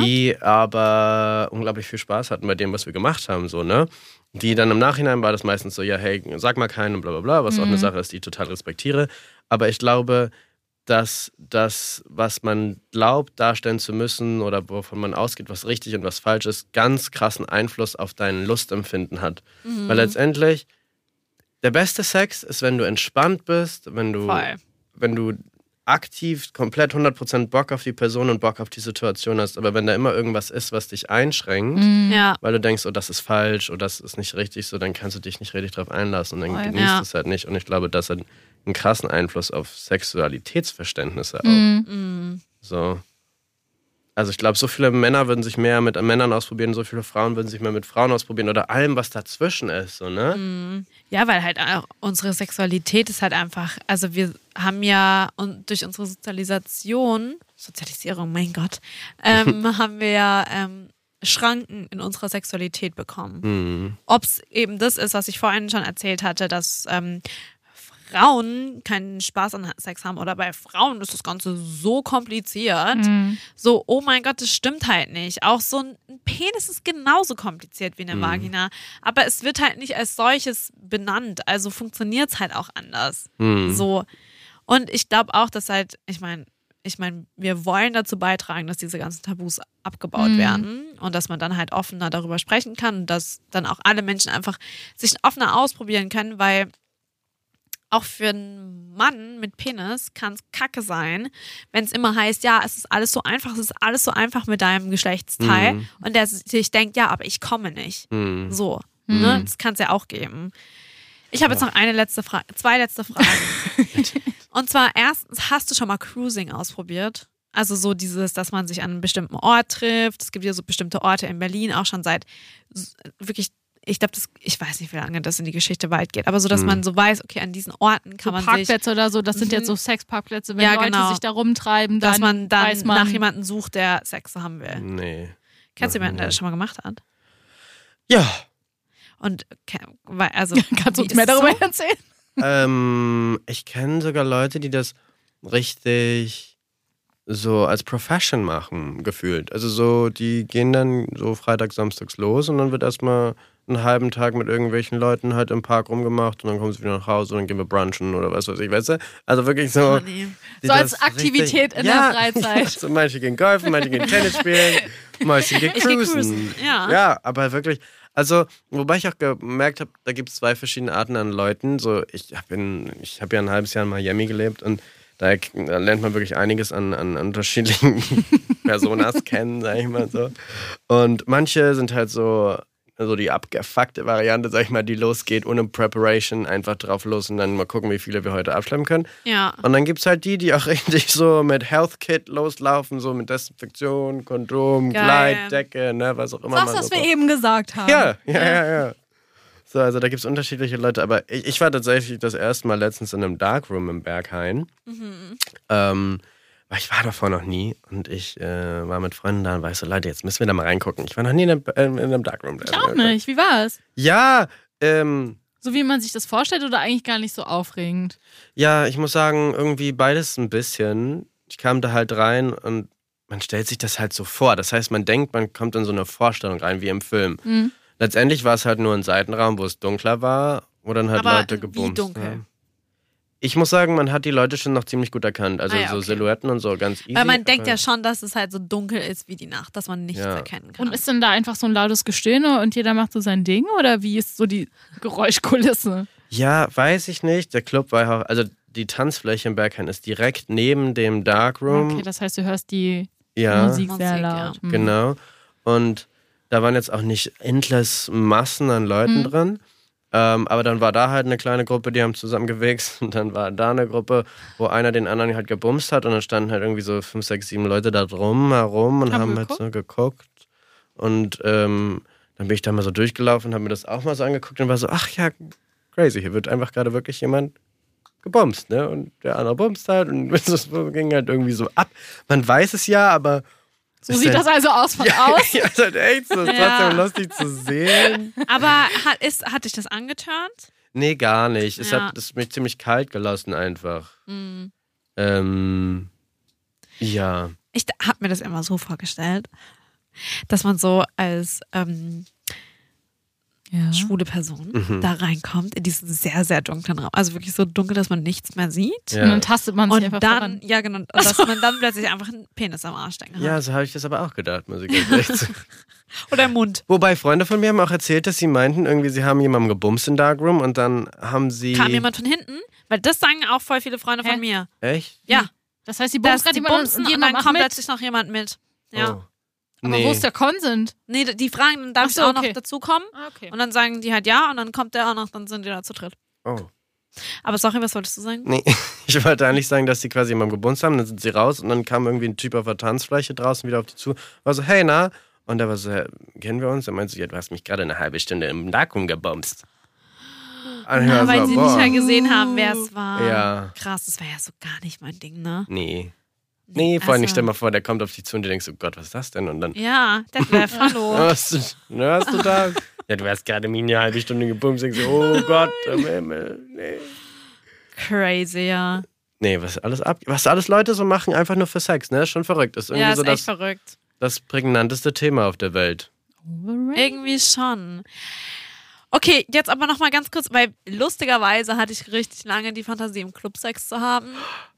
Speaker 2: die aber unglaublich viel Spaß hatten bei dem, was wir gemacht haben, so, ne? Die dann im Nachhinein war das meistens so, ja, hey, sag mal keinen und bla bla bla, was auch eine Sache ist, die ich total respektiere. Aber ich glaube, dass das, was man glaubt, darstellen zu müssen oder wovon man ausgeht, was richtig und was falsch ist, ganz krassen Einfluss auf dein Lustempfinden hat. Weil letztendlich, der beste Sex ist, wenn du entspannt bist, wenn du,
Speaker 5: Voll.
Speaker 2: wenn du aktiv komplett 100% Bock auf die Person und Bock auf die Situation hast. Aber wenn da immer irgendwas ist, was dich einschränkt,
Speaker 5: Ja.
Speaker 2: weil du denkst, oh, das ist falsch, oh, das ist nicht richtig, so, dann kannst du dich nicht richtig drauf einlassen und dann
Speaker 1: Voll.
Speaker 2: genießt
Speaker 5: Oh Ja.
Speaker 2: es halt nicht. Und ich glaube, das hat einen krassen Einfluss auf Sexualitätsverständnisse auch.
Speaker 5: Mhm.
Speaker 2: So. Also ich glaube, so viele Männer würden sich mehr mit Männern ausprobieren, so viele Frauen würden sich mehr mit Frauen ausprobieren oder allem, was dazwischen ist, so, ne?
Speaker 5: Ja, weil halt auch unsere Sexualität ist halt einfach, also wir haben ja und durch unsere Sozialisation, Sozialisierung, mein Gott, ähm, haben wir ja ähm, Schranken in unserer Sexualität bekommen.
Speaker 2: Mhm.
Speaker 5: Ob es eben das ist, was ich vorhin schon erzählt hatte, dass ähm, Frauen keinen Spaß an Sex haben oder bei Frauen ist das Ganze so kompliziert. So, oh mein Gott, das stimmt halt nicht. Auch so ein ein Penis ist genauso kompliziert wie eine Vagina, aber es wird halt nicht als solches benannt. Also funktioniert es halt auch anders.
Speaker 2: Mhm.
Speaker 5: So. Und ich glaube auch, dass halt, ich meine, ich meine, wir wollen dazu beitragen, dass diese ganzen Tabus abgebaut
Speaker 1: Mhm.
Speaker 5: werden und dass man dann halt offener darüber sprechen kann und dass dann auch alle Menschen einfach sich offener ausprobieren können, weil auch für einen Mann mit Penis kann es kacke sein, wenn es immer heißt, ja, es ist alles so einfach, es ist alles so einfach mit deinem Geschlechtsteil
Speaker 2: Mhm.
Speaker 5: und der sich denkt, ja, aber ich komme nicht.
Speaker 2: Mhm.
Speaker 5: So. Ne? Das kann es ja auch geben. Ich habe jetzt noch eine letzte Frage, zwei letzte Fragen.
Speaker 2: (laughs)
Speaker 5: Und zwar erstens, hast du schon mal Cruising ausprobiert? Also so dieses, dass man sich an einem bestimmten Ort trifft. Es gibt ja so bestimmte Orte in Berlin, auch schon seit s- wirklich, ich glaube, das, ich weiß nicht, wie lange das in die Geschichte weit geht, aber so, dass man so weiß, okay, an diesen Orten
Speaker 1: So
Speaker 5: kann man sich,
Speaker 1: Parkplätze oder so, das sind
Speaker 5: Mhm.
Speaker 1: jetzt so Sexparkplätze, wenn
Speaker 5: Ja,
Speaker 1: Leute
Speaker 5: genau.
Speaker 1: sich da rumtreiben, dann
Speaker 5: dass man dann
Speaker 1: weiß man
Speaker 5: nach jemandem sucht, der Sex haben will.
Speaker 2: Nee.
Speaker 5: Kennst du jemanden, der
Speaker 2: Mhm.
Speaker 5: das schon mal gemacht hat?
Speaker 2: Ja.
Speaker 5: Und, ke- weil- also,
Speaker 1: (laughs) Kannst du
Speaker 5: wie
Speaker 1: uns
Speaker 5: ist
Speaker 1: mehr
Speaker 5: es
Speaker 1: darüber
Speaker 5: so?
Speaker 1: erzählen?
Speaker 2: ähm, ich kenne sogar Leute, die das richtig so als Profession machen, gefühlt. Also so, die gehen dann so Freitag, Samstags los und dann wird erstmal einen halben Tag mit irgendwelchen Leuten halt im Park rumgemacht und dann kommen sie wieder nach Hause und dann gehen wir brunchen oder was weiß ich, weißt du? Also wirklich so.
Speaker 5: Oh, nee.
Speaker 2: die
Speaker 1: So als
Speaker 2: das
Speaker 1: Aktivität in der
Speaker 2: (laughs)
Speaker 1: Freizeit.
Speaker 2: so manche gehen golfen, manche gehen Tennis spielen,
Speaker 5: (laughs)
Speaker 2: manche gehen
Speaker 5: Ich geh
Speaker 2: cruisen.
Speaker 5: cruisen, ja.
Speaker 2: ja, aber wirklich. Also, wobei ich auch gemerkt habe, da gibt es zwei verschiedene Arten an Leuten. So, ich habe ich hab ja ein halbes Jahr in Miami gelebt und da k- da lernt man wirklich einiges an, an
Speaker 5: (laughs)
Speaker 2: unterschiedlichen Personas kennen, sag ich mal so. Und manche sind halt so, so die abgefuckte Variante, sag ich mal, die losgeht ohne Preparation, einfach drauf los und dann mal gucken, wie viele wir heute abschleppen können.
Speaker 5: Ja.
Speaker 2: Und dann gibt es halt die, die auch (laughs) richtig so mit Health Kit loslaufen, so mit Desinfektion, Kondom,
Speaker 5: Geil.
Speaker 2: Kleid, Decke, ne, was auch immer.
Speaker 1: Was,
Speaker 2: man
Speaker 1: was
Speaker 2: so
Speaker 1: wir eh
Speaker 2: braucht.
Speaker 1: eben gesagt haben.
Speaker 2: ja, ja, ja, ja. So, also da gibt es unterschiedliche Leute, aber ich, ich war tatsächlich das erste Mal letztens in einem Darkroom im Berghain.
Speaker 1: Mhm.
Speaker 2: Ähm, weil ich war davor noch nie und ich äh, war mit Freunden da und war ich so, Leute, jetzt müssen wir da mal reingucken. Ich war noch nie in einem, in einem Darkroom.
Speaker 1: Ich auch nicht. Wie war es?
Speaker 2: Ja, ähm,
Speaker 1: So wie man sich das vorstellt oder eigentlich gar nicht so aufregend?
Speaker 2: Ja, ich muss sagen, irgendwie beides ein bisschen. Ich kam da halt rein und man stellt sich das halt so vor. Das heißt, man denkt, man kommt in so eine Vorstellung rein, wie im Film.
Speaker 1: Mhm.
Speaker 2: Letztendlich war es halt nur ein Seitenraum, wo es dunkler war, wo dann halt
Speaker 5: Aber
Speaker 2: Leute
Speaker 5: wie
Speaker 2: gebumst
Speaker 5: dunkel?
Speaker 2: haben. Ich muss sagen, man hat die Leute schon noch ziemlich gut erkannt. Also
Speaker 5: Ah ja,
Speaker 2: so
Speaker 5: okay.
Speaker 2: Silhouetten und so ganz easy.
Speaker 5: Weil man denkt
Speaker 2: aber-
Speaker 5: ja schon, dass es halt so dunkel ist wie die Nacht, dass man nichts
Speaker 2: äh. Ja.
Speaker 5: erkennen kann.
Speaker 1: Und ist denn da einfach so ein lautes Gestöhne und jeder macht so sein Ding? Oder wie ist so die Geräuschkulisse?
Speaker 2: Ja, weiß ich nicht. Der Club war auch, also die Tanzfläche im Berghain ist direkt neben dem Darkroom.
Speaker 1: Okay, das heißt, du hörst die
Speaker 2: ja.
Speaker 1: Musik sehr
Speaker 5: Musik, ja.
Speaker 1: laut. Mhm.
Speaker 2: Genau. Und da waren jetzt auch nicht endless Massen an
Speaker 1: Mhm.
Speaker 2: Leuten drin. Ähm, aber dann war da halt eine kleine Gruppe, die haben zusammen gewichst. Und dann war da eine Gruppe, wo einer den anderen halt gebumst hat. Und dann standen halt irgendwie so fünf, sechs, sieben Leute da drum herum und
Speaker 1: Haben
Speaker 2: haben halt so geguckt. Und ähm, dann bin ich da mal so durchgelaufen, habe mir das auch mal so angeguckt und war so, ach ja, crazy, hier wird einfach gerade wirklich jemand gebumst, ne? Und der andere bumst halt und (laughs) das ging halt irgendwie so ab. Man weiß es ja, aber
Speaker 1: So sieht das also aus von
Speaker 2: ja,
Speaker 1: aus.
Speaker 2: Ja, das ist echt so. Ist
Speaker 5: Ja.
Speaker 2: trotzdem lustig zu sehen.
Speaker 5: Aber hat, ist, hat dich das angeturnt?
Speaker 2: Nee, gar nicht. Es
Speaker 5: Ja.
Speaker 2: hat es hat mich ziemlich kalt gelassen einfach. Ähm, ja.
Speaker 5: ich habe mir das immer so vorgestellt, dass man so als ähm,
Speaker 1: Ja.
Speaker 5: schwule Person da reinkommt in diesen sehr, sehr dunklen Raum. Also wirklich so dunkel, dass man nichts mehr sieht.
Speaker 1: Und dann tastet man sich
Speaker 5: Und
Speaker 1: einfach
Speaker 5: dann,
Speaker 1: voran.
Speaker 5: ja genau, und dass man dann plötzlich einfach einen Penis am Arsch stecken hat.
Speaker 2: Ja, so habe ich das aber auch gedacht, muss ich ganz ehrlich (laughs) sagen.
Speaker 5: Oder im Mund.
Speaker 2: Wobei Freunde von mir haben auch erzählt, dass sie meinten, irgendwie sie haben jemanden gebumst in Darkroom und dann haben sie.
Speaker 5: Kam jemand von hinten? Weil das sagen auch voll viele Freunde
Speaker 1: Hä?
Speaker 5: von mir.
Speaker 2: Echt?
Speaker 5: Ja,
Speaker 1: Das heißt, die
Speaker 5: dass
Speaker 1: bumsen gerade
Speaker 5: die
Speaker 1: jemanden
Speaker 5: bumsen
Speaker 1: und
Speaker 5: und
Speaker 1: jemand
Speaker 5: dann
Speaker 1: macht
Speaker 5: kommt
Speaker 1: mit.
Speaker 5: plötzlich noch jemand mit. Ja.
Speaker 2: Oh.
Speaker 1: Aber
Speaker 2: Nee.
Speaker 1: wo ist der Consent?
Speaker 5: Nee, die fragen, dann darf
Speaker 1: Ach so,
Speaker 5: ich auch
Speaker 1: okay.
Speaker 5: noch dazukommen.
Speaker 1: Ah, okay.
Speaker 5: Und dann sagen die halt ja und dann kommt der auch noch, dann sind die da zu dritt.
Speaker 2: oh.
Speaker 5: Aber sorry, was wolltest du sagen?
Speaker 2: Nee. (laughs) Ich wollte eigentlich sagen, dass sie quasi jemanden gebumst haben, dann sind sie raus und dann kam irgendwie ein Typ auf der Tanzfläche draußen wieder auf die zu. War so, hey, na? Und der war so, "Hä, kennen wir uns? Er meinte so, ja, du hast mich gerade eine halbe Stunde im Darkroom gebumst. Und ich war
Speaker 5: Ja, weil
Speaker 2: so,
Speaker 5: sie nicht
Speaker 2: boah.
Speaker 5: mehr gesehen haben, wer es war.
Speaker 2: Ja.
Speaker 5: Krass, das war ja so gar nicht mein Ding, ne?
Speaker 2: Nee. Nee, vor allem, ich
Speaker 5: also-
Speaker 2: stell mal vor, der kommt auf dich zu und du denkst, oh Gott, was ist das denn? Und (laughs) dann,
Speaker 5: Ja, Detlef,
Speaker 2: (laughs)
Speaker 5: hallo.
Speaker 2: hörst du, hörst du
Speaker 5: (laughs)
Speaker 2: da? ja, du hast gerade mir eine halbe Stunde gebumst. Denkst du, oh Gott, im Himmel, nee.
Speaker 5: Crazy, ja.
Speaker 2: Nee, was alles ab, was alles Leute so machen, einfach nur für Sex, ne? Ist Schon verrückt. Ist irgendwie
Speaker 5: Ja, ist
Speaker 2: so
Speaker 5: echt
Speaker 2: das,
Speaker 5: verrückt.
Speaker 2: das prägnanteste Thema auf der Welt.
Speaker 5: Irgendwie schon. Okay, jetzt aber nochmal ganz kurz, weil lustigerweise hatte ich richtig lange die Fantasie, im Club Sex zu haben.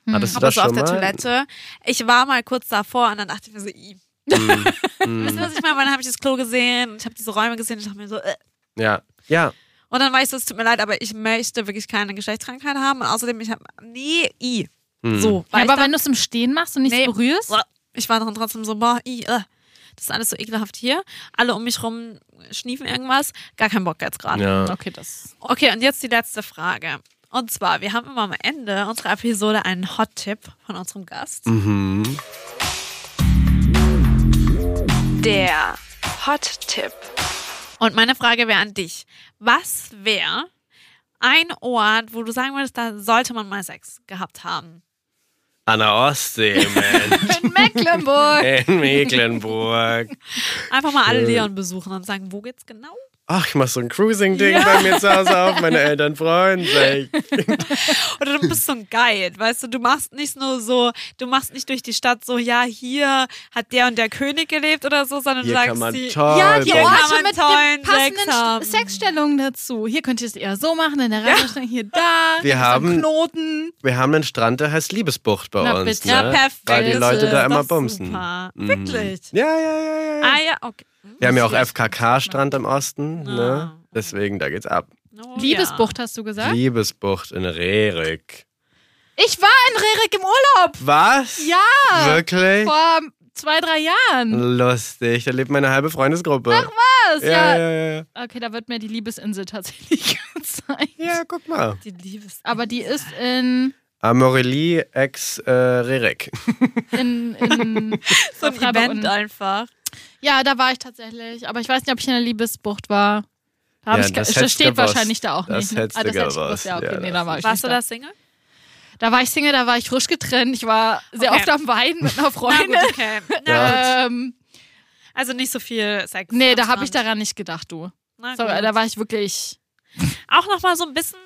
Speaker 2: Hattest du
Speaker 5: Hm. Aber
Speaker 2: das
Speaker 5: so auf
Speaker 2: schon
Speaker 5: der
Speaker 2: mal?
Speaker 5: Toilette. Ich war mal kurz davor und dann dachte ich mir so, i.
Speaker 2: Hm.
Speaker 5: (laughs) Weißt du, was ich meine? Weil Dann habe ich das Klo gesehen und ich habe diese Räume gesehen und ich dachte mir so, äh.
Speaker 2: Ja. Ja.
Speaker 5: Und dann war ich so, es tut mir leid, aber ich möchte wirklich keine Geschlechtskrankheit haben. Und außerdem, ich habe, nee, i. So.
Speaker 1: Ja,
Speaker 5: war ich
Speaker 1: aber
Speaker 5: da-
Speaker 1: wenn du es im Stehen machst und nichts
Speaker 5: Nee.
Speaker 1: berührst,
Speaker 5: ich war dann trotzdem so, boah, i, äh. Das ist alles so ekelhaft hier. Alle um mich rum schniefen irgendwas. Gar keinen Bock jetzt gerade.
Speaker 2: Ja.
Speaker 1: okay, das.
Speaker 5: Okay, und jetzt die letzte Frage. Und zwar, wir haben immer am Ende unserer Episode einen Hot-Tipp von unserem Gast.
Speaker 2: Mhm.
Speaker 4: Der Hot-Tipp.
Speaker 5: Und meine Frage wäre an dich. Was wäre ein Ort, wo du sagen würdest, da sollte man mal Sex gehabt haben?
Speaker 2: An der Ostsee, man.
Speaker 1: In Mecklenburg.
Speaker 5: (laughs)
Speaker 2: In Mecklenburg.
Speaker 5: Einfach mal alle Leon besuchen und sagen, wo geht's genau?
Speaker 2: Ach, ich mach so ein Cruising-Ding bei mir zu Hause auf. Meine Eltern freuen sich.
Speaker 5: Oder du bist so ein Guide, weißt du, du machst nicht nur so, du machst nicht durch die Stadt so, ja, hier hat der und der König gelebt oder so, sondern
Speaker 2: Hier
Speaker 5: du sagst,
Speaker 2: kann man
Speaker 5: sie-
Speaker 2: toll
Speaker 1: ja, die
Speaker 5: Dann kann
Speaker 1: Orte
Speaker 5: man
Speaker 1: mit
Speaker 5: tollen
Speaker 1: den
Speaker 5: Sex
Speaker 1: passenden
Speaker 5: haben.
Speaker 1: Sch- Sexstellungen dazu. Hier könnt ihr es eher so machen, in der Reihenstellung hier
Speaker 5: (laughs)
Speaker 1: da.
Speaker 2: Wir
Speaker 1: hier ist
Speaker 2: haben-
Speaker 1: ein Knoten.
Speaker 2: Wir haben einen Strand, der heißt Liebesbucht bei
Speaker 1: Na
Speaker 2: uns.
Speaker 1: bitte.
Speaker 2: Ne?
Speaker 5: Ja, perfekt.
Speaker 2: Weil die
Speaker 5: Das
Speaker 2: Leute
Speaker 5: ist
Speaker 2: da immer
Speaker 5: doch
Speaker 2: bumsen.
Speaker 5: Super.
Speaker 2: Mhm.
Speaker 5: Wirklich.
Speaker 2: Ja, ja, ja, ja, ja.
Speaker 5: Ah ja, okay. Hm,
Speaker 2: Wir haben ja auch
Speaker 5: das ist
Speaker 2: FKK-Strand im Osten. Ne?
Speaker 5: Ah.
Speaker 2: Deswegen, da geht's ab.
Speaker 5: echt- Oh,
Speaker 1: Liebesbucht, hast du gesagt?
Speaker 2: Liebesbucht in Rerik.
Speaker 1: Ich war in Rerik im Urlaub.
Speaker 2: Was?
Speaker 1: Ja.
Speaker 2: Wirklich?
Speaker 1: Vor zwei, drei Jahren.
Speaker 2: Lustig. Da lebt meine halbe Freundesgruppe. Ach was?
Speaker 1: Das,
Speaker 2: Ja,
Speaker 1: ja.
Speaker 2: ja, ja.
Speaker 1: Okay, da wird mir die Liebesinsel tatsächlich (laughs) gezeigt.
Speaker 2: Ja, guck mal.
Speaker 5: Ja. Die Liebes.
Speaker 1: Aber die ist in,
Speaker 2: Amorelie ex äh, Rerik.
Speaker 1: in, in
Speaker 5: (laughs) So ein
Speaker 1: Freiburg
Speaker 5: Event
Speaker 1: unten.
Speaker 5: einfach.
Speaker 1: Ja, da war ich tatsächlich. Aber ich weiß nicht, ob ich in der Liebesbucht war. Da hab
Speaker 2: Ja,
Speaker 1: ich, ge-
Speaker 2: das
Speaker 1: das
Speaker 2: hättest du
Speaker 1: steht
Speaker 2: gewusst.
Speaker 1: wahrscheinlich da auch
Speaker 2: Das
Speaker 1: nicht. ne?
Speaker 2: hättest
Speaker 1: ah,
Speaker 2: du
Speaker 1: das hätte ich
Speaker 2: gewusst.
Speaker 1: gewusst. Ja, okay,
Speaker 2: Ja,
Speaker 1: nee,
Speaker 2: das
Speaker 1: da war ich
Speaker 5: Warst
Speaker 1: nicht
Speaker 5: du
Speaker 1: da.
Speaker 5: da Single?
Speaker 1: Da war ich Single, da war ich frisch getrennt. Ich war sehr
Speaker 5: Okay.
Speaker 1: oft am Weinen mit einer
Speaker 5: (laughs) Na
Speaker 1: Freundin. (laughs)
Speaker 5: gut, okay. Na gut.
Speaker 1: ähm,
Speaker 5: Also nicht so viel Sex.
Speaker 1: nee,
Speaker 5: am
Speaker 1: da habe ich
Speaker 5: Strand.
Speaker 1: daran nicht gedacht, du.
Speaker 5: Na
Speaker 1: Sorry,
Speaker 5: gut.
Speaker 1: da war ich wirklich.
Speaker 5: Auch nochmal so ein bisschen,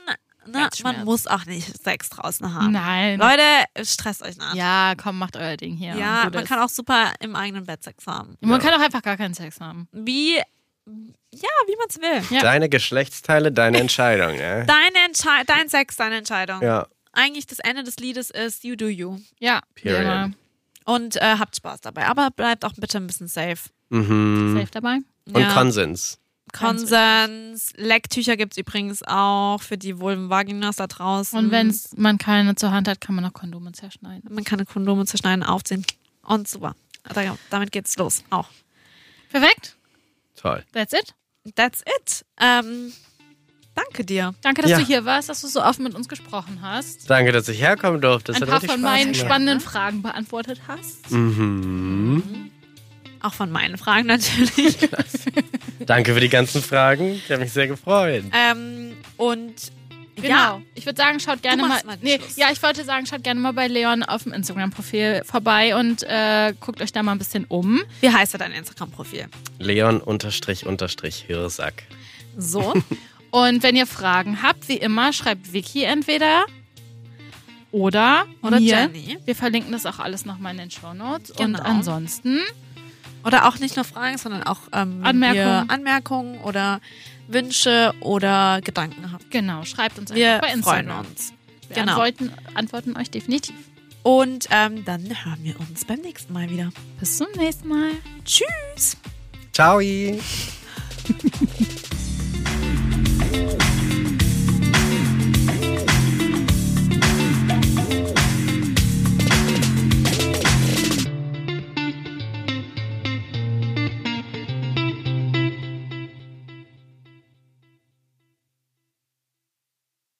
Speaker 5: ne,
Speaker 1: Herzschmerz.
Speaker 5: man muss auch nicht Sex draußen haben.
Speaker 1: Nein.
Speaker 5: Ah. Leute, stresst euch nicht.
Speaker 1: Genau. Ja, komm, macht euer Ding hier.
Speaker 5: Ja,
Speaker 1: Gut
Speaker 5: man
Speaker 1: ist.
Speaker 5: kann auch super im eigenen Bett Sex haben.
Speaker 1: man kann auch einfach gar keinen Sex haben.
Speaker 5: Wie, ja, wie man es will.
Speaker 1: Ja.
Speaker 2: Deine Geschlechtsteile, deine Entscheidung, ne?
Speaker 5: Deine Entschei dein Sex, deine Entscheidung.
Speaker 2: Ja.
Speaker 5: Eigentlich das Ende des Liedes ist You Do You.
Speaker 1: Ja, wie
Speaker 2: Period.
Speaker 1: immer.
Speaker 5: Und äh, habt Spaß dabei. Aber bleibt auch bitte ein bisschen safe.
Speaker 2: Mhm.
Speaker 1: Safe dabei.
Speaker 2: Und
Speaker 5: Ja.
Speaker 2: Konsens.
Speaker 5: Konsens. Lecktücher gibt es übrigens auch für die Vulven Vaginas da draußen.
Speaker 1: Und wenn man keine zur Hand hat, kann man auch Kondome zerschneiden.
Speaker 5: Man kann Kondome zerschneiden, aufziehen. Und super. Da- Damit geht's los. Auch.
Speaker 1: Perfekt.
Speaker 2: Toll.
Speaker 1: That's it.
Speaker 5: That's it. Ähm, danke dir.
Speaker 1: Danke, dass
Speaker 2: Ja.
Speaker 1: du hier warst, dass du so offen mit uns gesprochen hast.
Speaker 2: Danke, dass ich herkommen durfte. Das
Speaker 1: ein
Speaker 2: hat
Speaker 1: paar
Speaker 2: richtig
Speaker 1: von
Speaker 2: Spaß
Speaker 1: meinen
Speaker 2: gemacht.
Speaker 1: spannenden Fragen beantwortet hast.
Speaker 2: Mhm.
Speaker 5: Auch von meinen Fragen natürlich.
Speaker 2: Danke für die ganzen Fragen. Ich habe mich sehr gefreut.
Speaker 5: ähm, und
Speaker 1: Genau.
Speaker 5: ja,
Speaker 1: Ich würde sagen, schaut gerne
Speaker 5: Du
Speaker 1: mal.
Speaker 5: machst mal den
Speaker 1: nee,
Speaker 5: Schluss.
Speaker 1: ja, ich wollte sagen, schaut gerne mal bei Leon auf dem Instagram-Profil vorbei und äh, guckt euch da mal ein bisschen um.
Speaker 5: wie heißt ja dein Instagram-Profil?
Speaker 2: Leon unterstrich unterstrich Hirsack.
Speaker 5: So. (laughs)
Speaker 1: Und wenn ihr Fragen habt, wie immer, schreibt Vicky entweder Oder,
Speaker 5: Oder
Speaker 1: mir.
Speaker 5: Jenny.
Speaker 1: Wir verlinken das auch alles nochmal in den Shownotes.
Speaker 5: Genau.
Speaker 1: Und ansonsten,
Speaker 5: Oder auch nicht nur Fragen, sondern auch ähm, wenn
Speaker 1: Anmerkungen.
Speaker 5: ihr Anmerkungen oder Wünsche oder Gedanken habt.
Speaker 1: genau, schreibt uns einfach
Speaker 5: Wir
Speaker 1: bei
Speaker 5: freuen
Speaker 1: Instagram.
Speaker 5: uns.
Speaker 1: Wir
Speaker 5: Genau.
Speaker 1: antworten, antworten euch definitiv.
Speaker 5: Und ähm, dann hören wir uns beim nächsten Mal wieder.
Speaker 1: Bis zum nächsten Mal.
Speaker 5: Tschüss!
Speaker 2: Ciao.